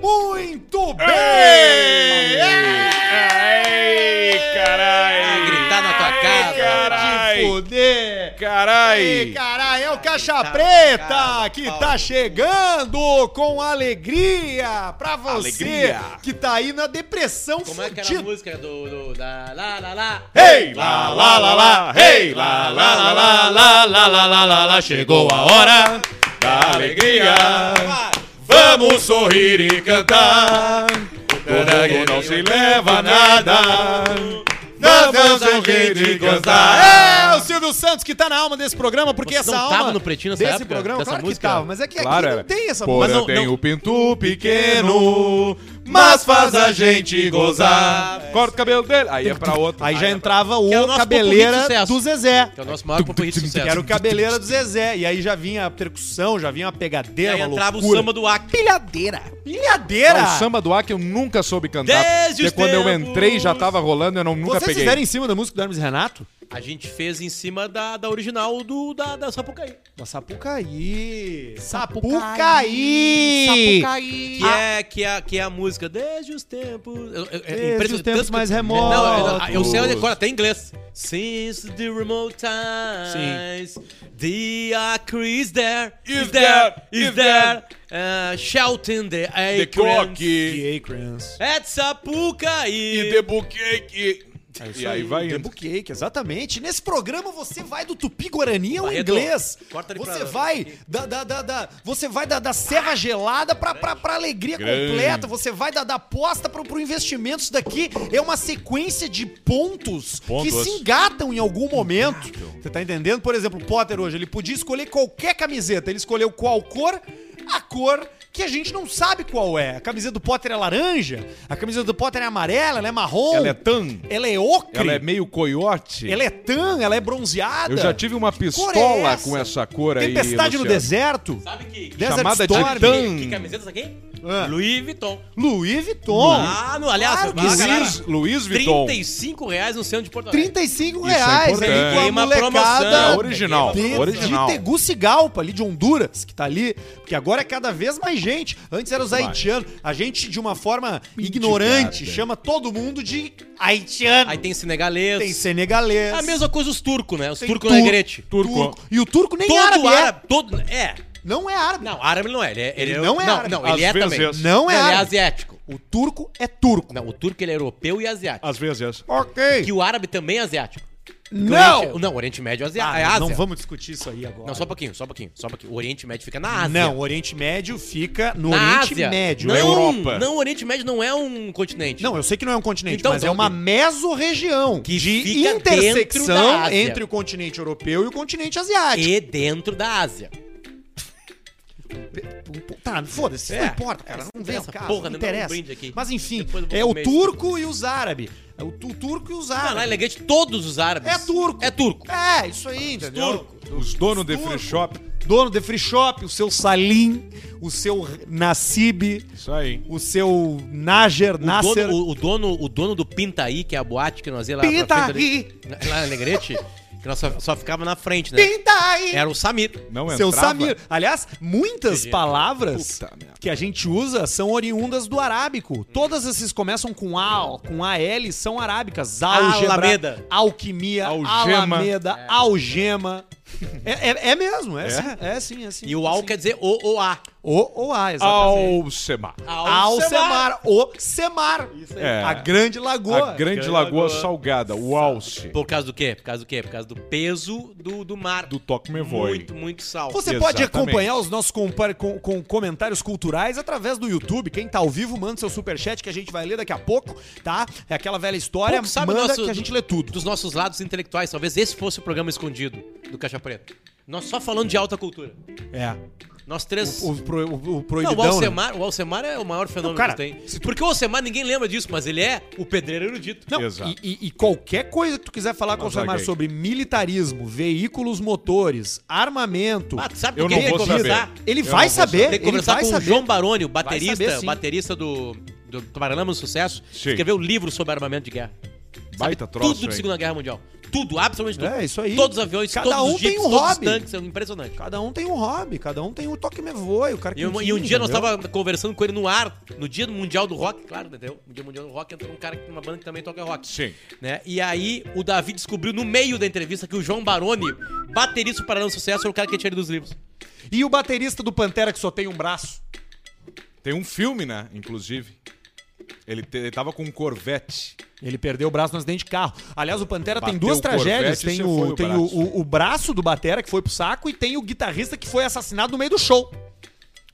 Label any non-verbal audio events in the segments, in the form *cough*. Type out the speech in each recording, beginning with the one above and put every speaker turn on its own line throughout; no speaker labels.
Muito bem!
Ei,
Vai
carai!
gritar na tua cara.
Carai! Te
Carai!
fuder! Ei,
Carai!
carai, é o Caixa
tá
Preta
cara,
que
Paulo.
tá chegando com alegria pra você
Alegria.
que tá aí na depressão
Como é que era a
fudida.
música do. do da, lá, lá, lá?
Ei, lá, lá, lá, lá! Ei, lá, lá, lá, lá, lá, lá, lá, lá, lá, lá, chegou a hora da alegria!
Vai!
Vamos sorrir e cantar! Comigo não se leva a nada! Vamos sorrir e cantar!
É o Silvio Santos que tá na alma desse programa, porque
Você
essa
não
alma
tava no Pretinho nessa
desse
época,
programa,
dessa
claro que
música?
tava, mas é que
Claro,
aqui
era.
não tem essa
Porã
música.
tem o pinto pequeno, mas faz a gente gozar. Corta o cabelo dele, aí é pra outro.
Aí já
é pra-
entrava o
Que é o nosso popular
cabeleira
sucesso.
do Zezé.
Que é o nosso maior popular de
Que era o
sucesso.
cabeleira do Zezé. E aí já vinha a percussão, já vinha a
E
pegadeira,
aí
uma
entrava o
loucura.
samba do Acre. Pilhadeira.
Pilhadeira!
Ah, o samba do ar que eu nunca soube cantar.
Desde
porque
os
quando eu
tempos.
entrei já tava rolando, eu não, nunca
Vocês
peguei.
fizeram em cima da música do Hermes e Renato?
A gente fez em cima da, da original do, da, da Sapucaí.
Da Sapucaí.
Sapucaí.
Sapucaí!
Sapucaí.
Que, é, que, é, que é a música Desde os tempos. Eu- eu- é
Desde os
impressionante,
tempos
tanto
mais
que-
remotos.
Não, eu, eu sei agora até em inglês. Since the remote times, the Acre is there,
Is there,
is
is
there, uh, shouting the
The
Acre.
coque
At Sapucaí.
e the buqueque. E aí vai
Tempo
indo.
Cake, exatamente. Nesse programa você vai do Tupi Guarani ao
Barreto,
inglês.
corta ele
Você
pra-
vai da, da, da, da- você vai da, da serra gelada pra, pra, pra alegria
Grande.
completa. Você vai da, da aposta pro, pro investimento. Isso daqui é uma sequência de pontos, que
Pontos.
se engatam em algum momento. Você tá entendendo? Por exemplo, o Potter hoje, ele podia escolher qualquer camiseta. Ele escolheu qual cor? A cor que a gente não sabe qual é. A camiseta do Potter é laranja, a camiseta do Potter é amarela, ela é marrom.
Ela é tan,
Ela é ocre.
ela é meio coiote.
Ela é tan, ela é bronzeada.
Eu já tive uma
cor é
pistola
essa?
com essa cor aí,
Tempestade no
Luciano.
deserto.
Sabe que, que,
Desert
Chamada de
Storm.
tan.
que camiseta isso aqui?
Ah.
Louis Vuitton.
Louis Vuitton.
Ah, no, aliás,
Claro que
ah, galera,
Luiz, Luiz Vuitton.
35 reais no centro de Porto Alegre.
35
Isso é
reais aí
importante.
com a
Tem uma
molecada
promoção.
É original,
de,
original.
de Tegucigalpa, ali de Honduras, que tá ali, porque agora é cada vez mais gente. Antes era os haitianos. A gente, de uma forma ignorante, chama todo mundo de haitiano.
Aí tem senegalês.
Tem senegalês.
É A mesma coisa os turcos, né? Os
Tem
turcos
tur-
negrete.
turco. E o turco nem
Todo
árabe,
árabe,
é.
todo é.
Não é árabe.
Não, árabe ele não é. Ele, é- ele
Ele
é-
não é árabe.
Não, ele
Às
é
vezes.
também.
Não é
ele é
árabe.
asiático.
O turco é turco.
Não, o turco ele é europeu e asiático.
Às vezes.
Ok.
Que o árabe também é asiático. Que o
Não!
Oriente- não, o Oriente Médio é
Ah,
asiático.
mas
é Ásia.
Não vamos discutir isso aí agora.
Não, só um pouquinho, só um pouquinho, só um pouquinho. O Oriente Médio fica na Ásia.
Não, o Oriente Médio fica no
na
Oriente
Ásia.
Médio.
não,
é Europa.
Europa.
Não, o Oriente Médio não é um continente.
Não, eu sei que não é um continente,
Então,
mas é
então,
uma
que-
mesorregião
que
de
fica dentro da
intersecção
Ásia.
entre o continente europeu e o continente asiático.
E dentro da Ásia.
Tá, foda-se, isso
É.
não importa, cara. Não vem ao
Essa
caso,
porra,
não
não dá um
interessa.
brinde aqui.
Mas enfim,
Depois eu vou
é o
comer isso.
turco e os árabes. É o, tu- turco e os
Não, lá é
árabes.
elegante todos os árabes.
É turco.
É turco.
É, isso aí, entendeu? Turco.
Os donos de
Turco.
free shop.
Dono de free shop, o seu Salim, o seu Nassib,
Isso aí.
o seu Nager,
O
Nasser.
dono, o, o dono, o dono do Pintaí, que é a boate que nós ia lá pra
Pintaí.
frente ali, Lá na Negrete, que nós só, só ficava na frente, né?
Pinta aí!
Era o Samir.
Não entrava.
Seu Samir. Aliás, muitas
Entendi.
palavras
Puta merda.
que a gente usa são oriundas do arábico. Todas essas começam com al, com al, são arábicas. Álgebra,
Alameda.
alquimia,
Algema.
alameda, algema. É, é- é mesmo, é, sim, é sim, é sim.
E o Al quer dizer o ou a.
O, o a, exatamente.
Alcemar.
Al Semar, o Semar.
É.
A grande lagoa.
A grande lagoa salgada, o Alce.
Por causa do quê? Por causa do quê? Por causa do peso do, do mar.
Do Toque Me Voe.
muito, muito sal.
Você
Exatamente.
pode acompanhar os nossos compa- com, com comentários culturais através do YouTube. Quem tá ao vivo, manda seu superchat que a gente vai ler daqui a pouco, tá? É aquela velha história,
Pouco sabe
manda
nosso-
que a gente lê tudo.
Dos nossos lados intelectuais, talvez esse fosse o programa escondido do Caixa Preta. Nós só falando de alta cultura.
É.
Nós três.
O, pro, o, o
Não,
proibidão,
o
né?
Alcemar, o Alcemar é o maior fenômeno
Não, cara,
que tem. Porque o Alcemar, ninguém lembra disso, mas ele é o pedreiro erudito.
Não,
Exato.
e, e- e qualquer coisa que tu quiser falar com o
Mas
Alcemar
ok.
sobre militarismo, veículos motores, armamento,
Ah, tu sabe
Eu
com quem
não
tem que
vou
conversar?
saber.
ele
Eu
vai
não vou
saber,
Tem que
ele
conversar
vai
com o
saber.
João Baroni, o
Vai
baterista,
saber, sim.
baterista do, do Paralama do Sucesso,
Sim.
escreveu um livro sobre armamento de guerra.
Baita
Tudo
troço,
de
hein?
Segunda Guerra Mundial. Tudo, absolutamente tudo.
É, isso aí.
Todos os aviões,
Cada
todos
um
os
tem
jipes,
um
todos os
hobby.
tanques. É impressionante.
Cada um tem um hobby, cada um tem um toque me voe, o cara que
E um, e um
entende,
dia nós
entendeu?
tava conversando com ele no ar, no dia do Mundial do Rock, claro, entendeu? No dia do Mundial do Rock entrou um cara com uma banda que também toca rock.
Sim.
né? E aí o Davi descobriu no meio da entrevista que o João Baroni, baterista do Paraná do Sucesso, era o cara que tinha lido os livros.
E o baterista do Pantera que só tem um braço.
Tem um filme, né? Inclusive. Ele, te- ele tava com um Corvette.
Ele perdeu o braço no acidente de carro. Aliás, o Pantera tem
Bateu
duas
o Corvette
tragédias.
e
Tem,
você
o,
foi o
tem o,
braço.
o- o braço do Batera que foi pro saco e tem o guitarrista que foi assassinado no meio do show.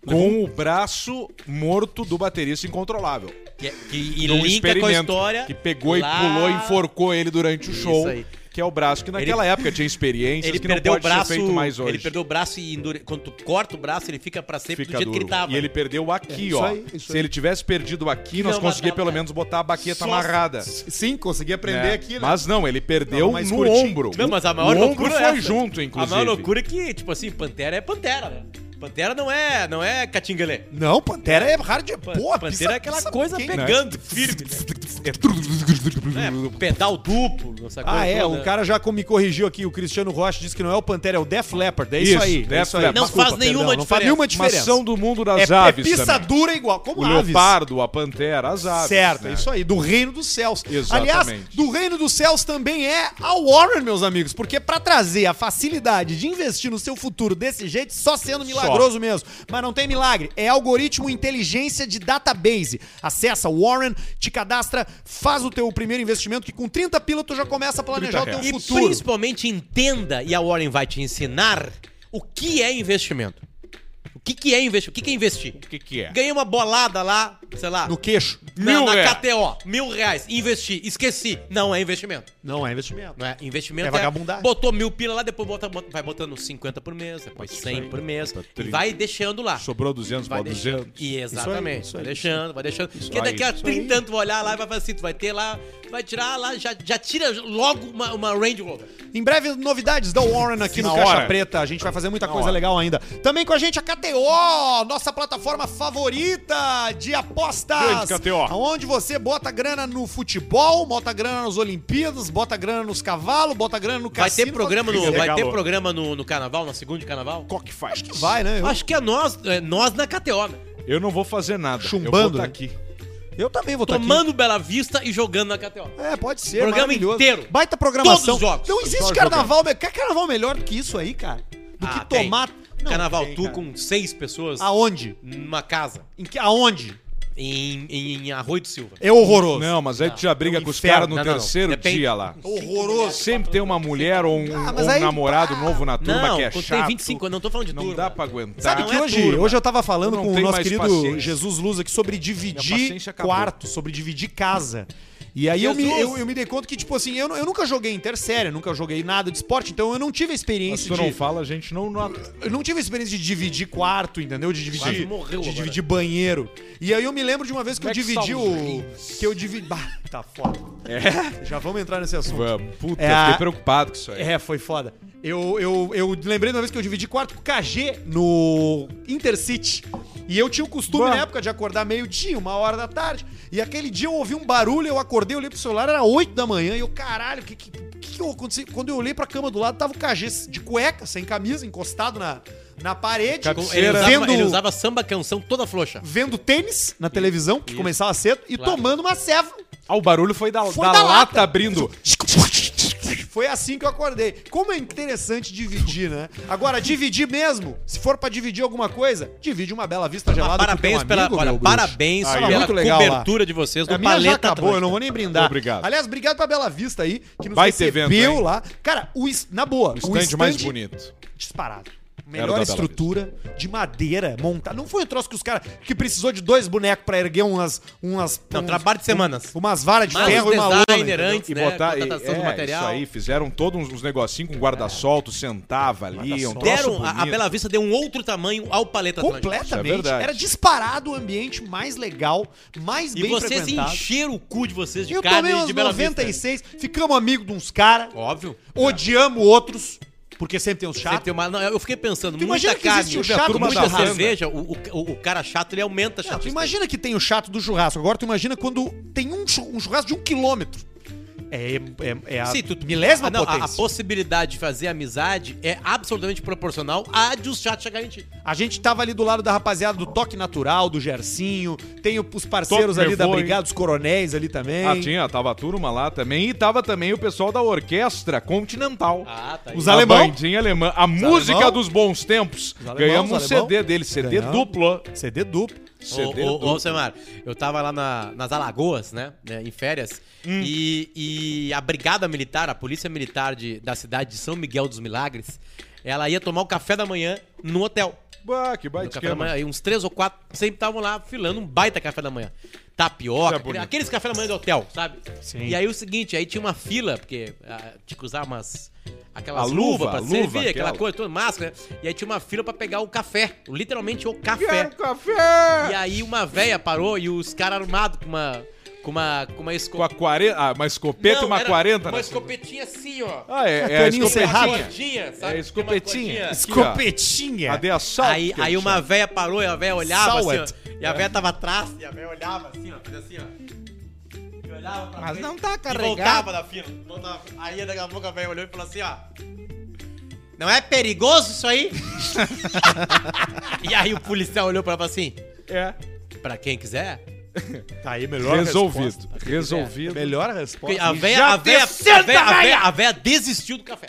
um
Com o braço morto do baterista incontrolável.
Que, que- e
Num
linka com a
um experimento
história.
Que pegou e
lá-
pulou e enforcou ele durante o
Isso
show.
aí.
Que é o braço que naquela época tinha experiências
Ele
que
perdeu
não
o
pode
braço.
ser feito mais hoje.
Ele perdeu o braço e endure- quando tu corta o braço, ele fica pra sempre
Fica
do jeito
duro.
que ele tava.
E ele perdeu
É,
aqui,
isso
ó.
aí, isso
Se
aí.
ele tivesse perdido aqui, nós
Não,
conseguíamos
mas-
pelo menos botar a baqueta
Só-
amarrada.
Sim, consegui aprender
É.
né? Mas não, ele perdeu
Tava mais
no
curtinho.
ombro.
Não, mas a
O-
maior
o ombro
loucura é
foi
essa.
junto, inclusive.
A maior loucura é que, tipo assim, Pantera é Pantera, né? Pantera não é, não é Catingalé.
Não, Pantera é hard.
Pan-
Pô,
Pantera
pisa-
é aquela
pisa
coisa
quem-
pegando,
é?
firme. Né? Não é pedal duplo, essa coisa
Ah, é,
um
toda.
o cara já co- me corrigiu aqui. O Cristiano Rocha disse que não é o Pantera, é o Def Leppard. É isso,
Isso,
aí. é
Def
isso aí.
Leppard.
Não faz nenhuma
Não faz
é diferença.
nenhuma
Mas
diferença.
são do mundo das
é, é
aves
pista
também.
dura igual. Como
O
aves.
leopardo, a pantera, as aves.
Certo,
né?
é isso aí, do reino dos céus.
Exatamente.
Aliás, do reino dos céus também é a Warner, meus amigos, porque pra trazer a facilidade de investir no seu futuro desse jeito, só sendo milagroso mesmo. Mas não tem milagre, é algoritmo inteligência de database. Acessa Warren, te cadastra, faz o teu primeiro investimento que com 30 pila tu já começa a planejar o
30
teu
E
futuro.
principalmente entenda, e a Warren vai te ensinar, o que é investimento. O que, que é investir? O que, que é investir?
O que, que é?
Ganhei uma bolada lá, sei lá,
No queixo.
na,
Mil é.
na
reais.
KTO, mil reais, investi, esqueci. Não é investimento.
Não é investimento.
Não é investimento.
É vagabundagem.
botou mil pila lá, depois bota, bota- vai botando 50 por mês, depois 100 por mês. E vai deixando lá.
Sobrou 200,
Vai
bota
deixando.
200.
E exatamente.
isso aí,
vai deixando, vai deixando. Porque
aí,
daqui a
isso
30 anos tu vai olhar lá e vai falar assim: tu vai ter lá, vai tirar lá, já, já tira logo uma, uma Range Rover.
Em breve, novidades da Warren aqui no
Na
Caixa
hora.
Preta. A gente vai fazer muita coisa
hora.
legal ainda. Também com a gente a KTO, nossa plataforma favorita de apostas.
Grande KTO.
Onde você bota grana no futebol, bota grana nas Olimpíadas, bota grana nos cavalos, bota grana no
Vai
cassino.
ter programa, no,
Quer dizer,
vai ter
regalou.
programa no, no carnaval, na segunda de carnaval?
Cockfight.
Vai, né? Eu,
Acho que é nós, é nós na KTO, né?
Tá
Eu não vou fazer nada. eu vou
Chumbando,
tá
né?
aqui.
eu também vou estar aqui.
Tomando Bela Vista e jogando na KTO.
É, pode ser.
Programa
maravilhoso.
inteiro.
Baita programação.
Todos os jogos.
Não existe
Só
carnaval, me- quer carnaval melhor do que isso aí, cara? Do
Ah,
que
tem.
tomar. Não
carnaval,
tem,
tu
cara.
com seis pessoas
Aonde?
numa casa,
Em que- Aonde?
em, em, em Arroio do Silva.
É horroroso.
Não, mas aí tu já briga
É um
com os
inferno.
caras no
Não, não, não.
terceiro
Depende.
dia lá.
Horroroso.
Sempre tem uma mulher ou um,
Ah, mas
ou um
aí-
namorado novo na turma
Não,
que é
quando
chato.
tem 25 anos, não tô falando de
Tá, Não
turma.
dá pra aguentar.
Sabe
Não
que
é
hoje,
turma.
hoje eu tava falando
Eu não
com o
tenho
nosso
mais
querido
paciência.
Jesus Luz aqui sobre
Minha
dividir
paciência acabou.
quarto, sobre dividir casa. E aí eu me,
Jesus!
eu, eu me dei conta que, tipo assim, eu, nu- eu nunca joguei intersérie, nunca joguei nada de esporte, então eu não tive a
Mas
experiência
tu
de.
não fala, a gente não nota.
Eu não tive a experiência de dividir quarto, entendeu? De
Quase
dividir,
morreu
de
agora.
dividir banheiro. E aí eu me lembro de uma vez que eu
Como é que
dividi
são os
o. Que eu dividi. Bah, tá foda. É? Já vamos entrar nesse assunto.
Vamos. Puta,
É
eu
a-
fiquei preocupado com isso aí.
É, foi foda. Eu, eu, eu lembrei de uma vez que eu dividi quarto com o KG no Intercity. E eu tinha o costume
Bah.
na época de acordar meio-dia, uma hora da tarde. E aquele dia eu ouvi um barulho, eu acordei, olhei pro celular, era 8 da manhã. E eu, caralho, o que que, que que aconteceu? Quando eu olhei pra cama do lado, tava o KG de cueca, sem camisa, encostado na, na parede.
Cabe-
Ele
Será?
usava,
Vendo-
ele usava samba canção toda frouxa.
Vendo tênis na televisão, que
Isso.
começava cedo, e
Claro.
tomando uma ceva.
Ah, o barulho foi da,
Foi
da
da
lata,
lata.
abrindo.
Foi assim que eu acordei. Como é interessante dividir, né? Agora, dividir mesmo, se for pra dividir alguma coisa, divide uma bela vista gelada.
Mas
com
parabéns
teu
pela,
um amigo,
olha,
meu bruxo.
parabéns
Aí,
pela
muito legal É
cobertura de vocês
A
do
minha já
Paleta
acabou, eu não
Atlântica.
vou nem brindar.
Obrigado.
Aliás, obrigado pra Bela Vista aí, que nos
Vai ter evento,
recebeu
hein?
lá. Cara, o is- na boa,
O stand, mais bonito.
disparado.
o da
Melhor
Bela
estrutura de madeira montada. Não foi um troço que os caras que precisou de dois bonecos pra erguer umas umas
Não,
uns-
trabalho de semanas.
umas varas de
Mas
ferro
os
e uma lona.
designer
entendeu?
antes,
E
né,
botar. e-
contratação do
é,
material.
Isso aí, fizeram todos uns, uns negocinhos com guarda-sol, tu sentava ali. é Um
Guarda-sol.
troço
Deram, a, a
bonito.
Bela Vista deu um outro tamanho ao Paleta Atlântica.
Isso é
Completamente.
verdade.
Era disparado o ambiente mais legal, mais
E assim,
bem
vocês
frequentado.
encheram o cu de vocês de
Eu
carne
tomei uns
de Bela Vista.
96, ficamos amigos de uns caras,
Óbvio.
odiamos outros, porque sempre tem uns
Sempre
chato.
tem uma- não, eu fiquei pensando,
Tu imagina
muita
que existe
carne,
o chato
do
muita
Matarrana.
cerveja, o, o- o cara chato, ele aumenta a
Tu
chatice.
imagina que tem o chato do churrasco. Agora tu imagina quando tem um chu- um churrasco de um quilômetro. É, é, é a
Sim, tu- tu-
milésima
Ah, não, a, a
potência.
possibilidade de fazer amizade é absolutamente proporcional à de os chatos chegarem em ti.
A gente tava ali do lado da rapaziada do Toque Natural, do Gercinho, tem o- os parceiros
Toque
ali da
Nervoso,
Brigada, os coronéis ali também.
Ah, tinha, tava a turma lá também. E tava também o pessoal da Orquestra Continental.
Ah, tá.
Os
A
alemão.
bandinha alemã. A música
alemão.
dos bons tempos.
alemão,
Ganhamos um
os alemão.
CD dele, CD
Ganhamos.
duplo.
CD duplo.
CD
ô,
duplo.
ô, ô, Samar, eu tava lá na- nas Alagoas, né? né, Em férias.
Hum.
E, e a Brigada Militar, a Polícia Militar de- da cidade de São Miguel dos Milagres, ela ia tomar o café da manhã no hotel.
Bah, que
No
baita
café é da
esquema.
manhã, e uns três ou quatro sempre estavam lá filando um baita café da manhã. Tapioca,
Isso é
aquele-
bonito.
aqueles café da manhã de hotel, sabe?
Sim.
E aí o seguinte, aí tinha uma fila, porque ah, tinha que usar umas.
A
Aquelas
luva,
luvas pra
a luva,
servir, aquela,
aquela.
coisa, toda máscara. E aí tinha uma fila pra pegar o café. Literalmente o café.
Quero café!
E aí uma véia parou e os caras armados com uma. com uma. com uma
Com a
escopeta.
40. Ah, uma escopeta e uma 40,
Uma
né?
escopetinha assim, ó.
Ah, é, é a
Caninho
escopetinha.
cerrado.
Cordinha, sabe?
É a escopetinha.
Uma cordinha.
Aqui, ó.
Escopetinha.
É. A de assalto.
Aí,
que
aí
eles
uma véia parou e a véia olhava
Saw
assim, ó,
it.
E a véia tava atrás e a véia olhava assim, ó. Fez assim, ó. E olhava pra
Mas
frente
não tá
e
carregado.
voltava da fila. voltava. Aí daqui a pouco a véia olhou e falou assim, ó. Não é perigoso isso aí? *laughs* e aí o policial olhou pra ela e falou assim,
É.
pra quem quiser,
Tá aí, melhor
Resolvido.
resposta.
Resolvido.
Melhor
Porque
resposta.
a
E
véia,
já
a véia, a
desceu
véia,
da
a véia-
véia.
a véia desistiu do café.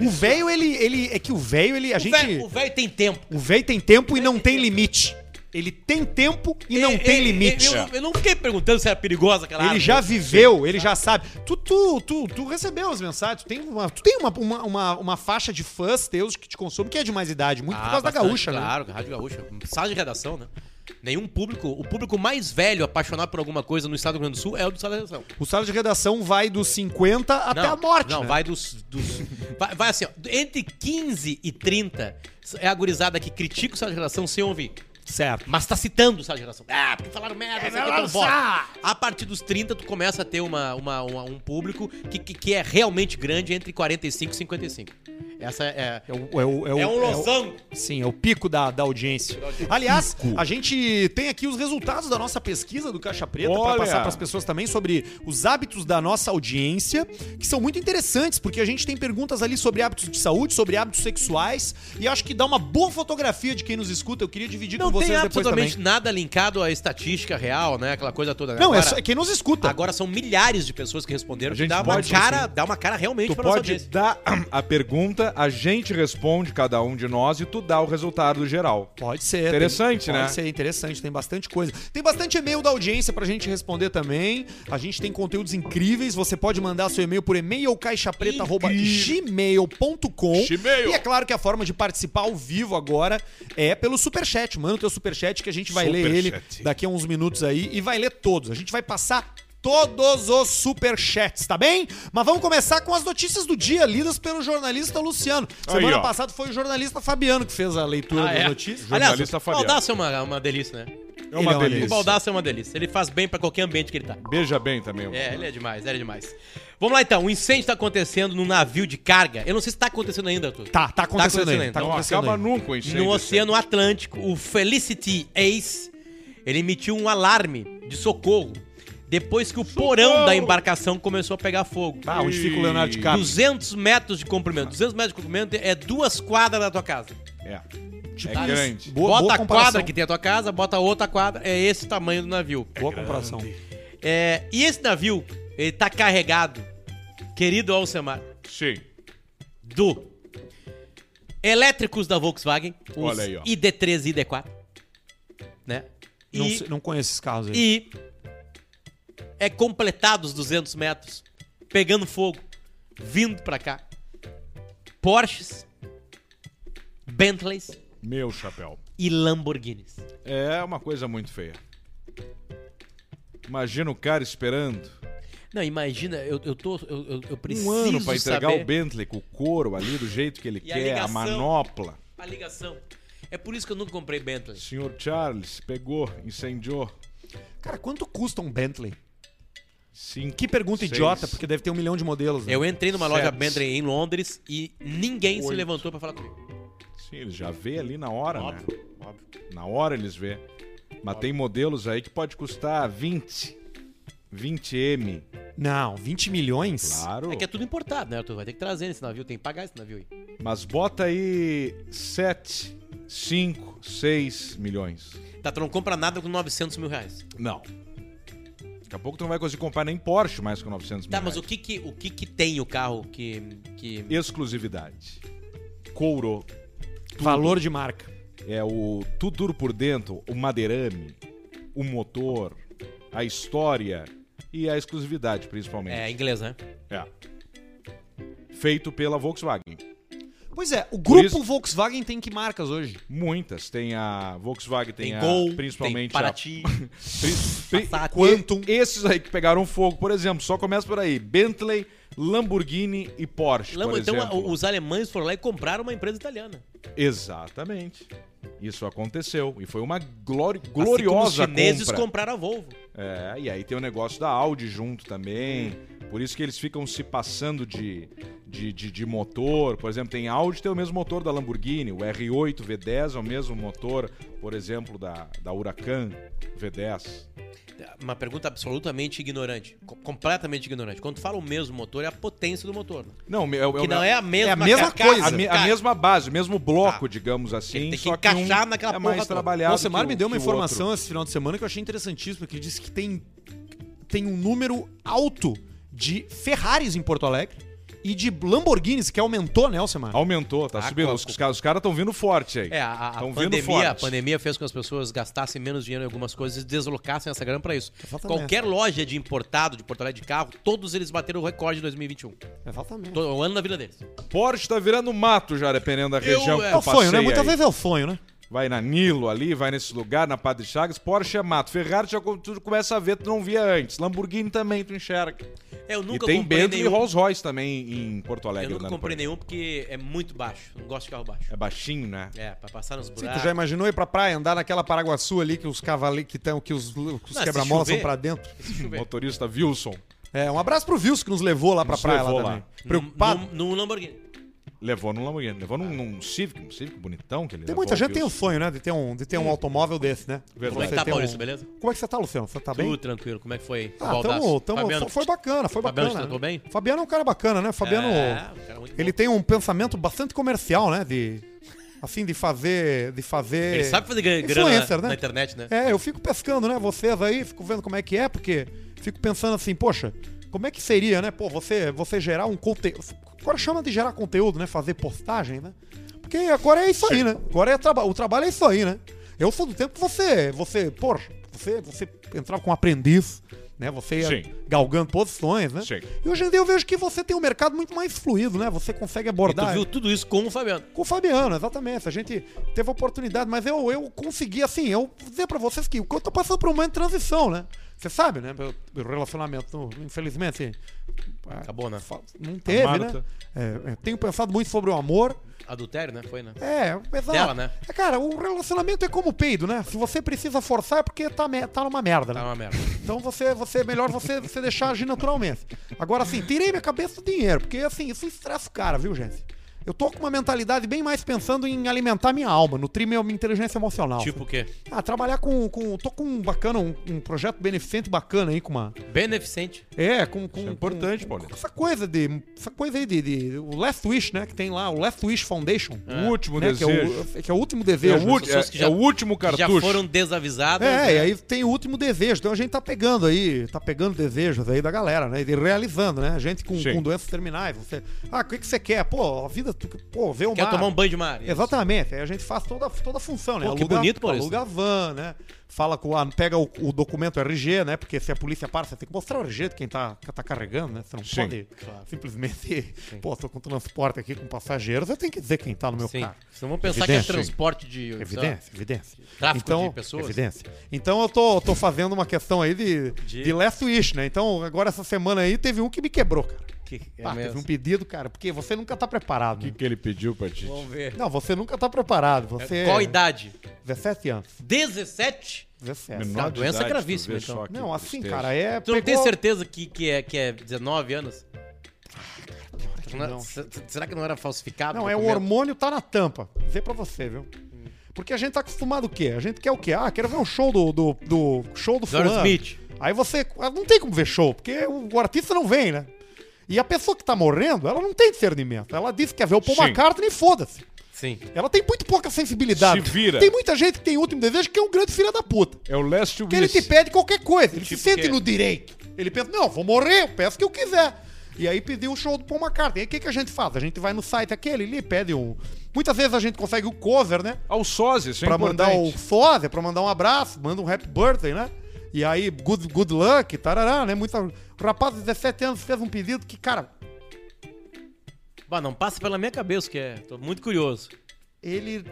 O velho, ele, ele. É que o velho, ele. A
o,
gente.
velho, o velho tem tempo.
O velho tem tempo e não tem limite. Ele tem tempo e não
Eu-
tem
eu-
limite.
Eu, eu não fiquei perguntando se era perigosa aquela
Ele
árvore.
já viveu, ele já sabe. Tu, tu, tu, tu recebeu as mensagens, tu tem, uma, tu tem uma, uma, uma, uma faixa de fãs teus que te consome, que é de mais idade, muito por
Ah,
causa
bastante,
da gaúcha, né?
Claro, Rádio Gaúcha. Sala de redação, né? Nenhum público. O público mais velho apaixonado por alguma coisa no estado do Rio Grande do Sul é o do estado da redação.
O salário de redação vai dos 50 até
Não,
a morte.
Não,
né?
vai dos. dos- vai, vai assim, ó. Entre 15 e 30 é a gurizada que critica o estado de redação sem ouvir.
Certo.
Mas tá citando o estado de redação. Ah, porque falaram merda, isso aqui eu tô
lançar!
fora. então A partir dos 30, tu começa a ter uma, uma- uma- um público que, que, que é realmente grande entre 45 e 55. Essa é.
É, o, é, o, é, o,
É um
é o-
losango.
Sim, é o pico da, da audiência. Aliás, a gente tem aqui os resultados da nossa pesquisa do Caixa Preta para
Olha!
passar para as pessoas também sobre os hábitos da nossa audiência, que são muito interessantes, porque a gente tem perguntas ali sobre hábitos de saúde, sobre hábitos sexuais, e acho que dá uma boa fotografia de quem nos escuta. Eu queria dividir
Não
com vocês
tem
depois também.
absolutamente nada linkado à estatística real, né? Aquela coisa toda. né?
Não, é,
Agora-
só, é quem nos escuta.
Agora são milhares de pessoas que
então.
responderam.
A
Que
gente
dá uma
pode, assim,
cara, dá uma cara realmente
Tu
pra nossa
pode
audiência.
dar *clears throat* a pergunta, a gente responde, cada um de nós, e tu dá o resultado geral.
Pode ser.
Interessante,
tem-
né?
Pode ser interessante, tem bastante coisa. Tem bastante e-mail da audiência pra gente responder também. A gente tem conteúdos incríveis. Você pode mandar seu e-mail por e-mailcaixapreta.gmail.com.
Gmail.
E é claro que a forma de participar ao vivo agora é pelo superchat. Manda o teu superchat que a gente vai ler ele
Superchat.
daqui a uns minutos aí e vai ler todos. A gente vai passar. Todos os superchats, tá bem? Mas vamos começar com as notícias do dia, lidas pelo jornalista Luciano.
Aí,
Semana
ó.
passada foi o jornalista Fabiano que fez a leitura
Ah,
das
é.
notícias.
Aliás,
Jornalista
o
Fabiano.
Baldaço é uma, uma delícia,
É
né?
Ele é
uma
uma
delícia.
O Baldaço é uma delícia. Ele faz bem pra qualquer ambiente que ele tá.
Beija bem também. mano.
É, ele é demais, ele é demais. Vamos lá então, um incêndio tá acontecendo num navio de carga. Eu não sei se tá acontecendo ainda, Arthur.
Tá, tá acontecendo,
acontecendo
ainda.
ainda.
Tá
Não
acontecendo
acaba
ainda.
nunca o incêndio.
um No Oceano Atlântico, o Felicity Ace, ele emitiu um alarme de socorro depois que o porão
Socorro! Tá, um
da embarcação começou a pegar fogo.
Ah, onde fica o Leonardo DiCaprio?
200 metros de comprimento. 200 metros de comprimento é duas quadras da tua casa.
É.
Tipo,
é grande.
Boa-
bota
boa
a
comparação.
quadra que tem a tua casa, bota outra quadra. É esse o tamanho do navio.
Boa comparação.
É, e esse navio, ele tá carregado, querido Alcemar,
Sim.
do elétricos da Volkswagen, os
Olha aí, ó.
ID3 e ID4, né?
Não,
E,
sei- não conheço esses carros aí.
e é completado os 200 metros, pegando fogo, vindo pra cá. Porsches, Bentleys
Meu chapéu.
e Lamborghinis.
É uma coisa muito feia. Imagina o cara esperando
Não, imagina, eu, eu tô. Eu, eu, eu preciso.
um ano pra entregar
saber
o Bentley com o couro ali do jeito que ele
E a
quer, a,
ligação.
manopla.
A ligação. É por isso que eu nunca comprei Bentley.
Senhor Charles pegou, incendiou.
Cara, quanto custa um Bentley?
Cinco,
Que pergunta
seis,
idiota, porque deve ter um milhão de modelos. né?
Eu entrei numa loja
Sete.
Bentley em Londres e ninguém se
Oito.
levantou pra falar comigo.
Sim, ele já vê ali na hora, né? Na hora eles vê. Mas tem modelos aí que pode custar 20. 20M.
Não, 20 milhões?
Claro.
É que é tudo importado, né? Tu vai ter que trazer esse navio, tem que pagar esse navio aí.
Mas bota aí 7, 5, 6 milhões.
Tá, tu não compra nada com 900 mil reais.
Não. Daqui a pouco tu não vai conseguir comprar nem Porsche mais com 900 mil.
Tá, mas o
reais.
que que, o que que tem o carro que... que...
Exclusividade. Couro.
Valor de marca.
É o tudo duro por dentro, o madeirame, o motor, a história e a exclusividade,
É,
principalmente.
inglês, né?
É. Feito pela Volkswagen.
Pois é, o grupo
isso-
Volkswagen tem que marcas hoje?
Muitas. Tem a Volkswagen, tem,
Tem
a.
Gol,
principalmente *laughs*
tem Paraty,
a. Pri, pri-
Passat.
Quantum.
E- Esses aí que pegaram fogo, por exemplo, só começa por aí. Bentley, Lamborghini e Porsche.
Lembra,
por
então
exemplo.
os alemães foram lá e compraram uma empresa italiana. Assim
Exatamente. Isso aconteceu. E foi uma glori-
Assim
gloriosa
como os chineses
compra.
compraram a Volvo.
É, e aí tem o negócio da Audi junto também. Por isso que eles ficam se passando de, de, de, de motor. Por exemplo, tem Audi tem o mesmo motor da Lamborghini. O R8 V10 é o mesmo motor, por exemplo, da, da Huracan V10.
Uma pergunta absolutamente ignorante. co- completamente ignorante. Quando tu fala o mesmo motor, é a potência do motor. né?
Não, é, o-
que não é a mesma,
é a mesma
carcaça,
coisa.
A, me- a
cara.
mesma base, o mesmo bloco,
Tá.
digamos assim.
Ele tem que
só
encaixar
um
naquela
é mais
porra toda.
trabalhado.
O Semar
que
me deu uma
que o outro.
informação esse final de semana que eu achei interessantíssima, que ele disse que tem, tem um número alto de Ferraris em Porto Alegre e de Lamborghinis, que aumentou, né, Alcemar?
Aumentou, tá
Ah,
subindo.
co-
Os, os caras estão vindo forte aí.
É, a, a- a
Tão vindo forte.
pandemia, a pandemia fez com que as pessoas gastassem menos dinheiro em algumas coisas e deslocassem essa grana pra isso.
Exatamente.
Qualquer loja de importado, de Porto Alegre de carro, todos eles bateram o recorde de 2021.
Exatamente.
To- O ano na vida deles.
Porsche tá virando mato já, dependendo da
Eu,
região que
é,
É
tu
o sonho, né?
passeia
Muita
aí.
vez é o sonho, né?
Vai na Nilo ali, vai nesse lugar, na Padre Chagas. Porsche é mato. Ferrari já co- tu começa a ver, tu não via antes. Lamborghini também, tu enxerga.
É, eu nunca
e tem
comprei
Bentley e
nenhum.
Rolls Royce também em Porto
eu
né,
Alegre.
nunca
andando por
comprei
aí.
nenhum porque é muito baixo. Não gosto de carro baixo.
É baixinho, né?
É, pra passar nos
Sim,
buracos.
tu já é imaginou ir pra praia, andar naquela Paraguaçu ali que os cavaleiros que estão, que os, que os
Não, se
quebra-molas são
chover-
pra dentro?
Deixa eu ver.
Motorista Wilson
É, um abraço pro Wilson que nos levou lá pra
Nos
praia lá
levou lá.
também. Preocupado.
Num, num, num Lamborghini.
levou num Lamborghini, levou num, num Civic, um Civic bonitão que ele
Tem
levou,
muita
o
gente que tem o
Wilson.
sonho, né? De ter um, de ter um automóvel desse, né?
Verdade.
Como é que
Você
tá,
ter um-
Paulista, beleza?
Como é que você tá, Luciano? Você tá bem?
Tudo tranquilo, como é que foi?
Ah,
Baldassi?
tamo, tamo,
Fabiano,
foi- foi bacana, foi
Fabiano te
bacana.
tratou bem?
Fabiano é um cara bacana, né? Fabiano,
É, um cara muito
ele
bom.
tem um pensamento bastante comercial, né? De, assim, de fazer, de fazer...
Ele sabe fazer gra- grana
é influencer,
na,
né?
na internet, né?
É, eu fico pescando, né? Vocês aí, fico vendo como é que é, porque fico pensando assim, poxa, como é que seria, né? Pô, você, você gerar um conteúdo. Agora chama de gerar conteúdo, né? Fazer postagem, né? Porque agora é isso aí, né? Agora é traba o trabalho é isso aí, né? Eu sou do tempo que você, você, poxa, você, você entrava com um aprendiz, né? Você ia
Sim.
galgando posições, né?
Sim.
E hoje em dia eu vejo que você tem um mercado muito mais fluido, né? Você consegue
E tu
abordar.
Então, viu tudo isso com o Fabiano.
Com o Fabiano, exatamente. A gente teve a oportunidade, mas eu, eu consegui, assim, eu dizer pra vocês que eu tô passando por um momento de transição, né? Você sabe, né? Meu, meu relacionamento, infelizmente,
Acabou, né?
fa- não teve, né?
tá.
Marta.
É, eu tenho pensado muito sobre o amor.
Adultério, né? Foi, né?
É, exato.
Dela, né?
É, Cara, o relacionamento é como o peido, né? Se você precisa forçar é porque tá, me- tá numa merda, né?
Tá uma merda.
Então você, você melhor você, você deixar agir naturalmente. Agora assim, tirei minha cabeça do dinheiro, porque assim, isso estressa o cara, viu, gente? Eu tô com uma mentalidade bem mais pensando em alimentar minha alma, nutrir minha minha inteligência emocional.
Tipo o quê?
Ah, trabalhar com. com tô com um bacana, um, um projeto beneficente bacana aí com uma.
Beneficente.
É, com. com
Isso é importante,
com,
Paulino.
com essa coisa de. Essa coisa aí de, de- O Last Wish, né? Que tem lá, o Last Wish Foundation.
O último
né, que, é
desejo.
o, que é o último
É
desejo.
o, ulti-
pessoas que
é-
já-
é o último
que
cartucho.
Já foram desavisadas.
É,
né?
e aí tem o último desejo. Então a gente tá pegando aí, tá pegando desejos aí da galera, né? E realizando, né? Gente com,
Sim.
com doenças terminais. Você, ah, o que, que você quer? Pô, a vida, tu- pô, vê o
Quer
mar.
tomar um banho de mar.
Exatamente. Aí a gente faz toda, toda a função, né?
Pô, que bonito, Paulista.
Aluga a van, né? Fala com a, pega o, o documento RG, né? Porque se a polícia para, você tem que mostrar o RG de quem tá, que tá carregando, né? Você não
Sim.
pode simplesmente, pô, tô com transporte aqui com passageiros, eu tenho que dizer quem tá no meu
Sim.
carro.
Vocês vão pensar que é
Evidência.
transporte de.
Evidência, evidência.
Tráfico de pessoas?
Evidência. Então eu tô, tô fazendo uma questão aí de, de...
De-
last wish, né? Então agora essa semana aí teve um que me quebrou, cara.
Que é
Ah, teve
mesmo.
um pedido, cara, porque você nunca tá preparado.
O
né?
que, que ele pediu pra ti?
Vamos ver.
Não, você nunca tá preparado. Você...
É. Qual a idade?
17 anos.
17?
17.
Menor de
doença
idade, tu
gravíssima,
vê
então.
só que
Não, assim,
tristeza.
cara, é.
Tu não
pegou-
tem certeza que, que, é, que é 19 anos?
não.
Se- se- Será que não era falsificado?
Não, é o
documento?
hormônio tá na tampa. Dizer pra você, viu? Porque a gente tá acostumado o quê? A gente quer o quê? Ah, quero ver um show do. do, do show do
Doris
fulano.
Smith.
Ah, Aí você. Não tem como ver show, porque o, o artista não vem, né? E a pessoa que tá morrendo, ela não tem discernimento. Ela diz que quer ver o Paul
Sim.
McCartney e foda-se.
Sim.
Ela tem muito pouca sensibilidade.
Se vira.
Tem muita gente que tem último desejo que é um grande filho da puta.
É o Last
Porque ele te
Wish.
pede qualquer coisa. Ele
Tipo
se sente
que-
no direito. Ele pensa, não, vou morrer, eu peço o que eu quiser. E aí pediu o show do Paul McCartney. E o que, que a gente faz? A gente vai no site aquele ali, pede um... Muitas vezes a gente consegue o cover, né?
Ao sósia, isso é
pra mandar o
importante.
sósia, pra mandar um abraço, manda um happy birthday, né? E aí, good, good luck, tarará, né? Muita... O rapaz de 17 anos fez um pedido que, cara,
Bah, não passa pela minha cabeça, que é. Tô muito curioso.
ele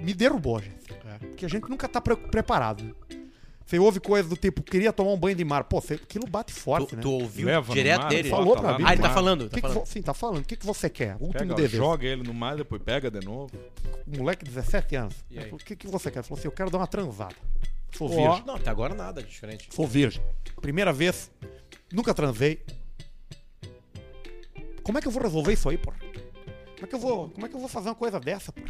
me derrubou, gente. Porque a gente nunca tá pre- preparado. Você ouve coisas do tipo, queria tomar um banho de mar. Pô, você- aquilo bate
Tu,
forte, né?
tu ouviu
Leva no
direto
mar,
dele?
Falou
bota
pra
lá
mim,
no
Ah, ele tá
mar.
falando, tá
Que que
falando.
vo- sim, tá falando. O que, que você quer? Último
Pega,
desejo.
joga ele no mar, depois pega de novo.
Moleque de 17 anos.
E aí?
O que, que você quer? Ele falou assim, eu quero dar uma transada. Sou
Ó.
virgem.
Não, até agora nada de diferente.
Sou virgem. Primeira vez. Nunca transei. Como é que eu vou resolver isso aí, porra? Como é que eu vou, como é que eu vou fazer uma coisa dessa, porra?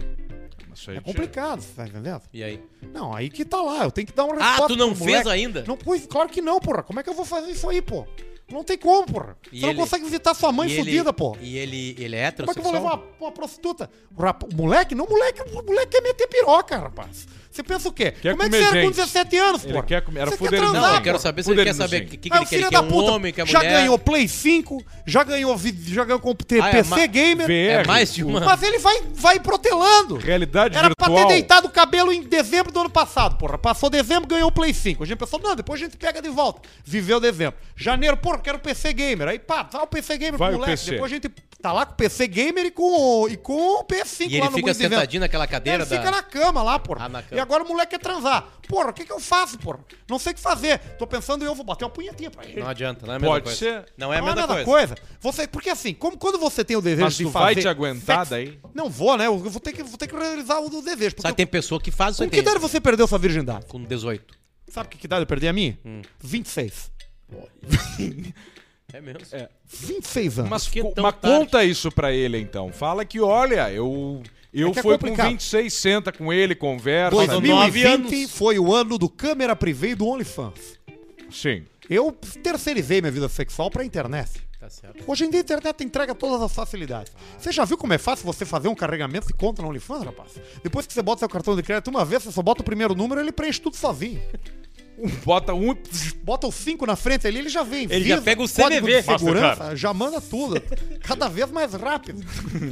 Mas isso aí
É complicado, você tá entendendo?
E aí?
Não, aí que tá lá. Eu tenho que dar uma resposta
Ah, tu não
pro
fez
moleque.
ainda?
Não, pois, claro que não, porra. Como é que eu vou fazer isso aí, pô? Não tem como, porra.
E
Você
ele-
não consegue visitar sua mãe
e ele-
fodida, pô.
E ele, ele é
Como é que eu
heterossexual?
vou levar uma, uma prostituta? O rapa- o moleque? Não, moleque, o moleque quer meter piroca, rapaz. Você pensa o quê?
Quer
Como é que
comer
você era com
gente.
17 anos, pô?
Ele quer comer- era
Você quer
fuder ele
transar,
Não, eu
Não,
quero
pô.
saber se ele
Poder
quer
no
saber o
zinco.
que, que,
Aí
ele
o
quer. Ele
filho
quer
da
um
puta
homem, quer
já
mulher.
ganhou Play 5, já ganhou, vi- já ganhou com T-
Ah, é
PC
ma-
Gamer,
VR,
É mais de uma.
mas ele vai, vai protelando.
Realidade
Era pra ter
virtual.
deitado o cabelo em dezembro do ano passado, porra. Passou dezembro, ganhou o Play 5. A gente pensou, não, depois a gente pega de volta. Viveu dezembro. Janeiro, porra, quero PC Gamer. Aí, pá, vai o PC Gamer
Vai
pro
o
moleque.
PC.
Depois a gente tá lá com o PC Gamer e com, o- e com o PS5
E
lá
ele
no
fica
mundo de vento.
sentadinho naquela cadeira
Ele
da...
fica na cama lá, porra.
Ah, na cama.
E agora o moleque quer transar. Porra, o que que eu faço, porra? Não sei o que fazer. Tô pensando eu vou bater uma punhetinha pra ele.
Não adianta, não é a mesma
Pode
coisa.
ser.
Não é a mesma coisa.
Você, porque assim, como quando você tem o desejo
Mas
de
tu
fazer...
vai te aguentar
sexo-
daí?
Não vou, né? Eu vou ter que, vou ter que realizar o desejo.
Só
Porque
que tem pessoa que faz isso
com
aí.
que
tem-
idade você perdeu sua virgindade?
Com 18.
Sabe que, que idade eu perdi a minha? 26.
É mesmo.
26 anos.
Mas,
Por que
co-
tão
mas
tarde?
conta isso pra ele, então. Fala que, olha, eu, eu
É que é
fui
complicado.
com 26, senta com ele, conversa.
Pois
né?
não.
2020
anos.
foi o ano do câmera privê e do OnlyFans.
Sim.
Eu terceirizei minha vida sexual pra internet.
Tá certo.
Hoje em dia a internet entrega todas as facilidades. Você já viu como é fácil você fazer um carregamento de conta na OnlyFans, rapaz? Depois que você bota seu cartão de crédito uma vez, você só bota o primeiro número ele preenche tudo sozinho.
Um, bota um... e-
Bota o 5 na frente ali, ele já vem.
Ele já pega o
código de
CVV.
segurança,
Mastercard.
já manda tudo. Cada vez mais rápido.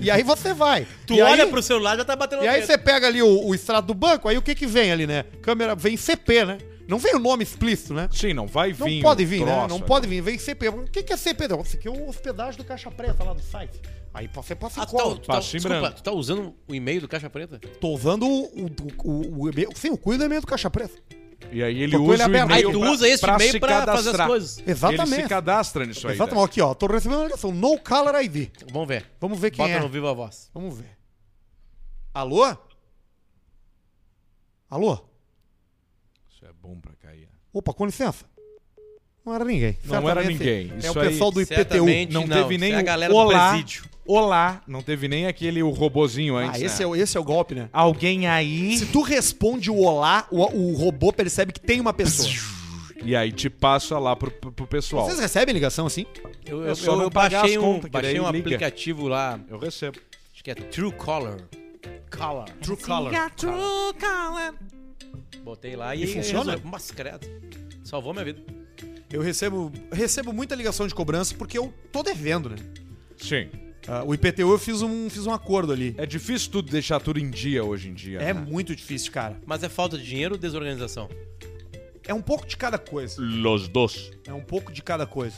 E aí você vai.
Tu
e
olha
aí,
pro celular já tá batendo
E
na
aí
teta.
você pega ali o, o extrato do banco, aí o que que vem ali, né? Câmera, vem CP, né? Não vem o nome explícito, né?
Sim, não vai vir.
Não
um
pode vir, né?
troço
Não
ali.
pode vir, vem CP. O que que é CP? Não, Isso aqui é o hospedagem do Caixa Preta lá do site. Aí você passa
Ah,
ah,
tu tá, tu, tá,
Passinho
desculpa,
branco.
tu tá usando o e-mail do Caixa Preta?
Tô usando o, o, o, o e-mail. Sim, o cu e o e-mail do Caixa Preta.
E aí ele
Tô com ele
usa o
aberto.
e-mail
Aí tu
pra-
usa esse e-mail
se
pra fazer as
cadastrar.
coisas.
Exatamente.
Ele se cadastra nisso aí.
né?
Exatamente. Aqui, ó. Tô recebendo uma ligação. No Color ID.
Vamos ver.
Vamos ver quem
Bota
é.
no Viva Voz.
Vamos ver. Alô? Alô?
daí. Isso é bom pra cair.
Opa, com licença. Não era ninguém.
Não era
Certamente
ninguém.
É
Isso
o
aí
pessoal do IPTU.
certamente
Não,
Não,
teve
isso
nem
é a
o
galera do presídio.
Olá. Não teve nem aquele o robozinho antes,
Ah, esse
né?
é, o- esse é o golpe, né?
Alguém aí...
Se tu responde o olá, o, o robô percebe que tem uma pessoa.
E aí te passa lá pro, pro pro pessoal.
Vocês recebem ligação assim?
Eu, eu,
É só
eu-
não
eu
pagar
baixei
as
um,
contas, que
baixei
daí
um
liga.
aplicativo lá,
Eu recebo.
acho que é Truecaller. Color.
True Color.
Botei lá e,
E funciona?
resolveu. Mas, credo. Salvou minha vida.
Eu recebo, recebo muita ligação de cobrança porque eu tô devendo, né?
Sim.
Ah, o IPTU eu fiz um, fiz um acordo ali.
É difícil tudo deixar tudo em dia hoje em dia.
É
né?
muito difícil, cara.
Mas é falta de dinheiro ou desorganização?
É um pouco de cada coisa.
Los dos.
É um pouco de cada coisa.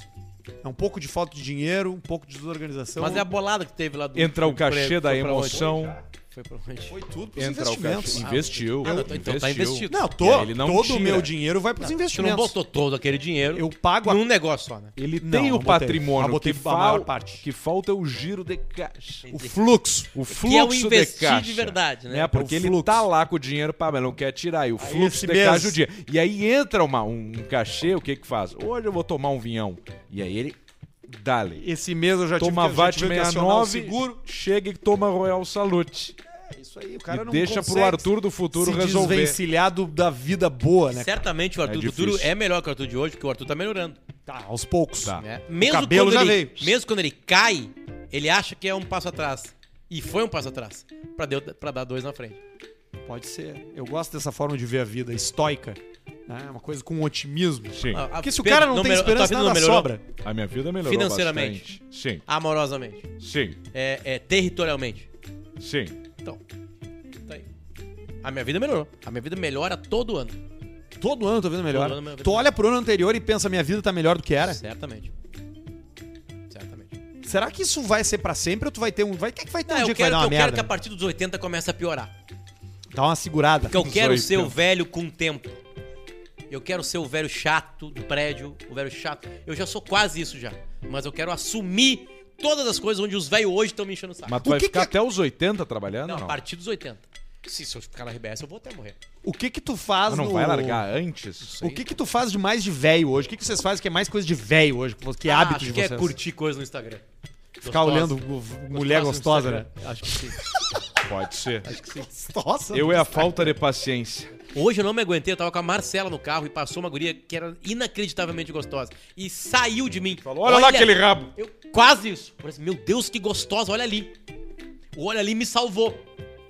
É um pouco de falta de dinheiro, um pouco de desorganização.
Mas é a bolada que teve lá do
Então Entra o
do emprego.
cachê da
Foi pra onde?
emoção.
Foi pra onde?
Foi tudo pros
Entra o
investimentos.
cachê. Investiu.
Ah, então tá investido.
Não,
E
tô,
aí ele não
todo
tira.
o meu dinheiro vai pros
Tu não
investimentos.
botou todo aquele dinheiro
Eu pago a...
num negócio só, né?
Ele
Não,
tem
não
o
botei.
patrimônio
Ah, botei
que,
a maior
fal-
parte.
que falta é o giro de caixa.
o fluxo.
O
que é o
fluxo de
investir
caixa.
de verdade, né?
É, porque
É o
ele
fluxo.
tá lá com o dinheiro pra mas não quer tirar. E o fluxo
esse
de
mês.
caixa o dia. E aí entra uma, um, um cachê, o que que faz? Hoje eu vou tomar um vinhão. E aí ele... Dale.
Esse mês eu já
Toma
tive que, já
VAT
tive que acionar o
69,
seguro.
chega e toma Royal Salute.
É isso aí, o
E deixa pro
consegue
Arthur do futuro
se
resolver.
desvencilhar do- da vida boa, né?
Certamente o Arthur do
difícil.
futuro é melhor que o Arthur de hoje, porque o Arthur tá melhorando.
Tá, aos poucos.
Tá.
né?
O cabelo
quando
já
ele,
veio.
Mesmo quando ele cai, ele acha que é um passo atrás. E foi um passo atrás. Pra, deu, pra dar dois na frente.
Pode ser. Eu gosto dessa forma de ver a vida, estoica. Né? Uma coisa com otimismo.
Sim.
Ah, ah,
Porque se o
Pedro,
cara não, tem
melhorou-
esperança,
tua vida
nada
melhorou?
sobra.
A minha vida melhorou
Financeiramente.
bastante. Sim,
Amorosamente.
sim,
É, é, territorialmente.
sim.
Então, tá aí. A minha vida melhorou. A minha vida melhora todo ano.
Todo ano eu tô vendo melhor.
Todo ano é minha vida
tu olha pro ano anterior e pensa, minha vida tá melhor do que era.
Certamente. Certamente.
Será que isso vai ser pra sempre ou tu vai ter um... Vai ter que vai ter
Não,
um
eu
dia que vai
quero,
dar uma
eu quero que
merda.
a partir dos 80 comece a piorar.
Dá uma segurada.
Porque eu quero
18.
ser
né?
o velho com tempo. Eu quero ser o velho chato do prédio, o velho chato. Eu já sou quase isso já. Mas eu quero assumir todas as coisas onde os velhos hoje estão me enchendo Tá. o saco.
Mas tu
O
vai
que
ficar
que-
até os 80 trabalhando?
não,
Não,
a partir dos 80. Se, se eu ficar na RBS, eu vou até morrer.
O que que tu faz
Ah, não
no-
vai largar antes?
O que que tu faz de mais de velho hoje? O que que vocês fazem que é mais coisa de velho hoje? Que
Ah,
hábito
acho
de
que
vocês?
é curtir coisa no Instagram.
Ficar
Gostosa.
olhando gu- mulher
no
gostosa, né?
Instagram. Acho que sim.
Pode ser.
*laughs* Nossa.
Eu é a falta de paciência.
Hoje eu não me aguentei, eu tava com a Marcela no carro e passou uma guria que era inacreditavelmente gostosa. E saiu de mim.
Falou, olha, lá aquele rabo.
Eu, quase isso. Eu falei assim, meu Deus, que gostosa, olha ali. O olha ali me salvou.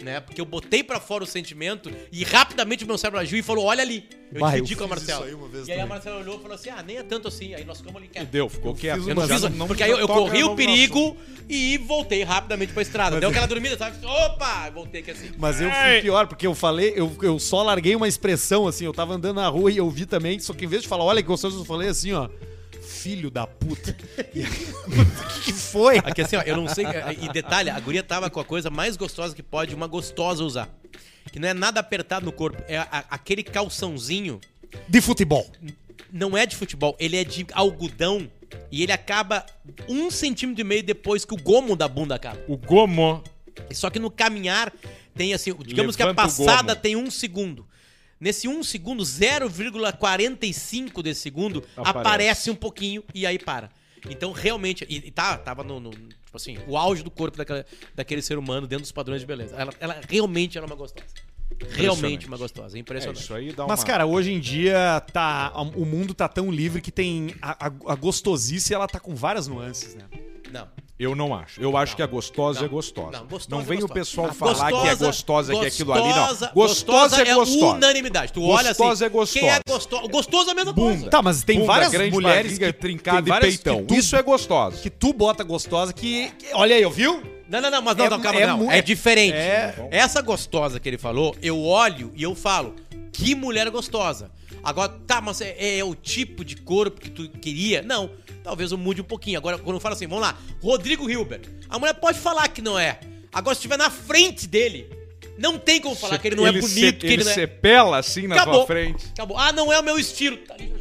Né? Porque eu botei pra fora o sentimento e rapidamente o meu cérebro agiu e falou, olha ali. Eu
Bah,
dividi
eu
com a
fiz
Marcela.
isso aí uma vez
e aí a
também.
Marcela olhou e falou assim, ah, nem é tanto assim. Aí nós ficamos ali quietos.
Deu, ficou quieto.
fiz
Eu
uma
já
vez-
não- não-
Porque aí eu, eu
toca
corri
no
o
assunto.
perigo e voltei rapidamente pra estrada.
é.
Deu aquela dormida, sabe? Opa! Voltei aqui assim.
Mas eu fui pior, porque eu falei, eu, eu só larguei uma expressão assim, eu tava andando na rua e eu vi também, só que em vez de falar, olha que gostoso, eu falei assim, ó, filho da puta.
*laughs*
E aí, o que, que foi?
Aqui assim, ó, eu não sei. E detalhe, a guria tava com a coisa mais gostosa que pode uma gostosa usar. Que não é nada apertado no corpo. É a- aquele calçãozinho.
De futebol.
Não é de futebol, ele é de algodão. E ele acaba um centímetro e meio depois que o gomo da bunda acaba.
O gomo. É
Só que no caminhar tem assim, digamos que
Levanta
a
o
passada
gomo.
tem um segundo. Nesse um segundo, 0,45 desse segundo,
Aparece.
aparece. um pouquinho e aí para. Então, realmente, e, e tá, tava no, no- tipo assim, o auge do corpo daquela- daquele ser humano dentro dos padrões de beleza. Ela, ela realmente era uma gostosa. Realmente uma gostosa, é
É,
impressionante.
isso aí dá uma...
Mas, cara, hoje em dia tá, a- o mundo tá tão livre que tem a, a- a gostosice, ela tá com várias nuances, né?
Não.
Eu não acho. Eu acho que a gostosa
Não.
é gostosa. Não,
Não, gostosa é
vem o
gostosa.
pessoal
A
falar que é gostosa, que é aquilo ali, não.
Gostosa, gostosa é unanimidade. Tu olha assim.
Gostosa é gostosa.
Quem é gostosa? Gostoso é a mesma coisa.
Tá, mas tem
Bunda,
várias
grande
mulheres
barriga,
que,
trincada
tem várias
e peitão.
que tu,
Isso é gostoso.
que tu bota gostosa que, que- olha aí, ó, viu?
Não, não, não, mas não,
É-
não, calma,
é
não.
mu-
é diferente.
é-
Essa gostosa que ele falou, eu olho e eu falo, que mulher gostosa. Agora, tá, mas é, é o tipo de corpo que tu queria? Não, talvez eu mude um pouquinho. Agora, quando eu falo assim, vamos lá, Rodrigo Hilbert, a mulher pode falar que não é. Agora, se estiver na frente dele, não tem como falar que ele não é bonito,
se-
que ele não é...
sepela assim na
Acabou.
tua frente. Tá.
Acabou. Ah, não é o meu estilo. Tá ali,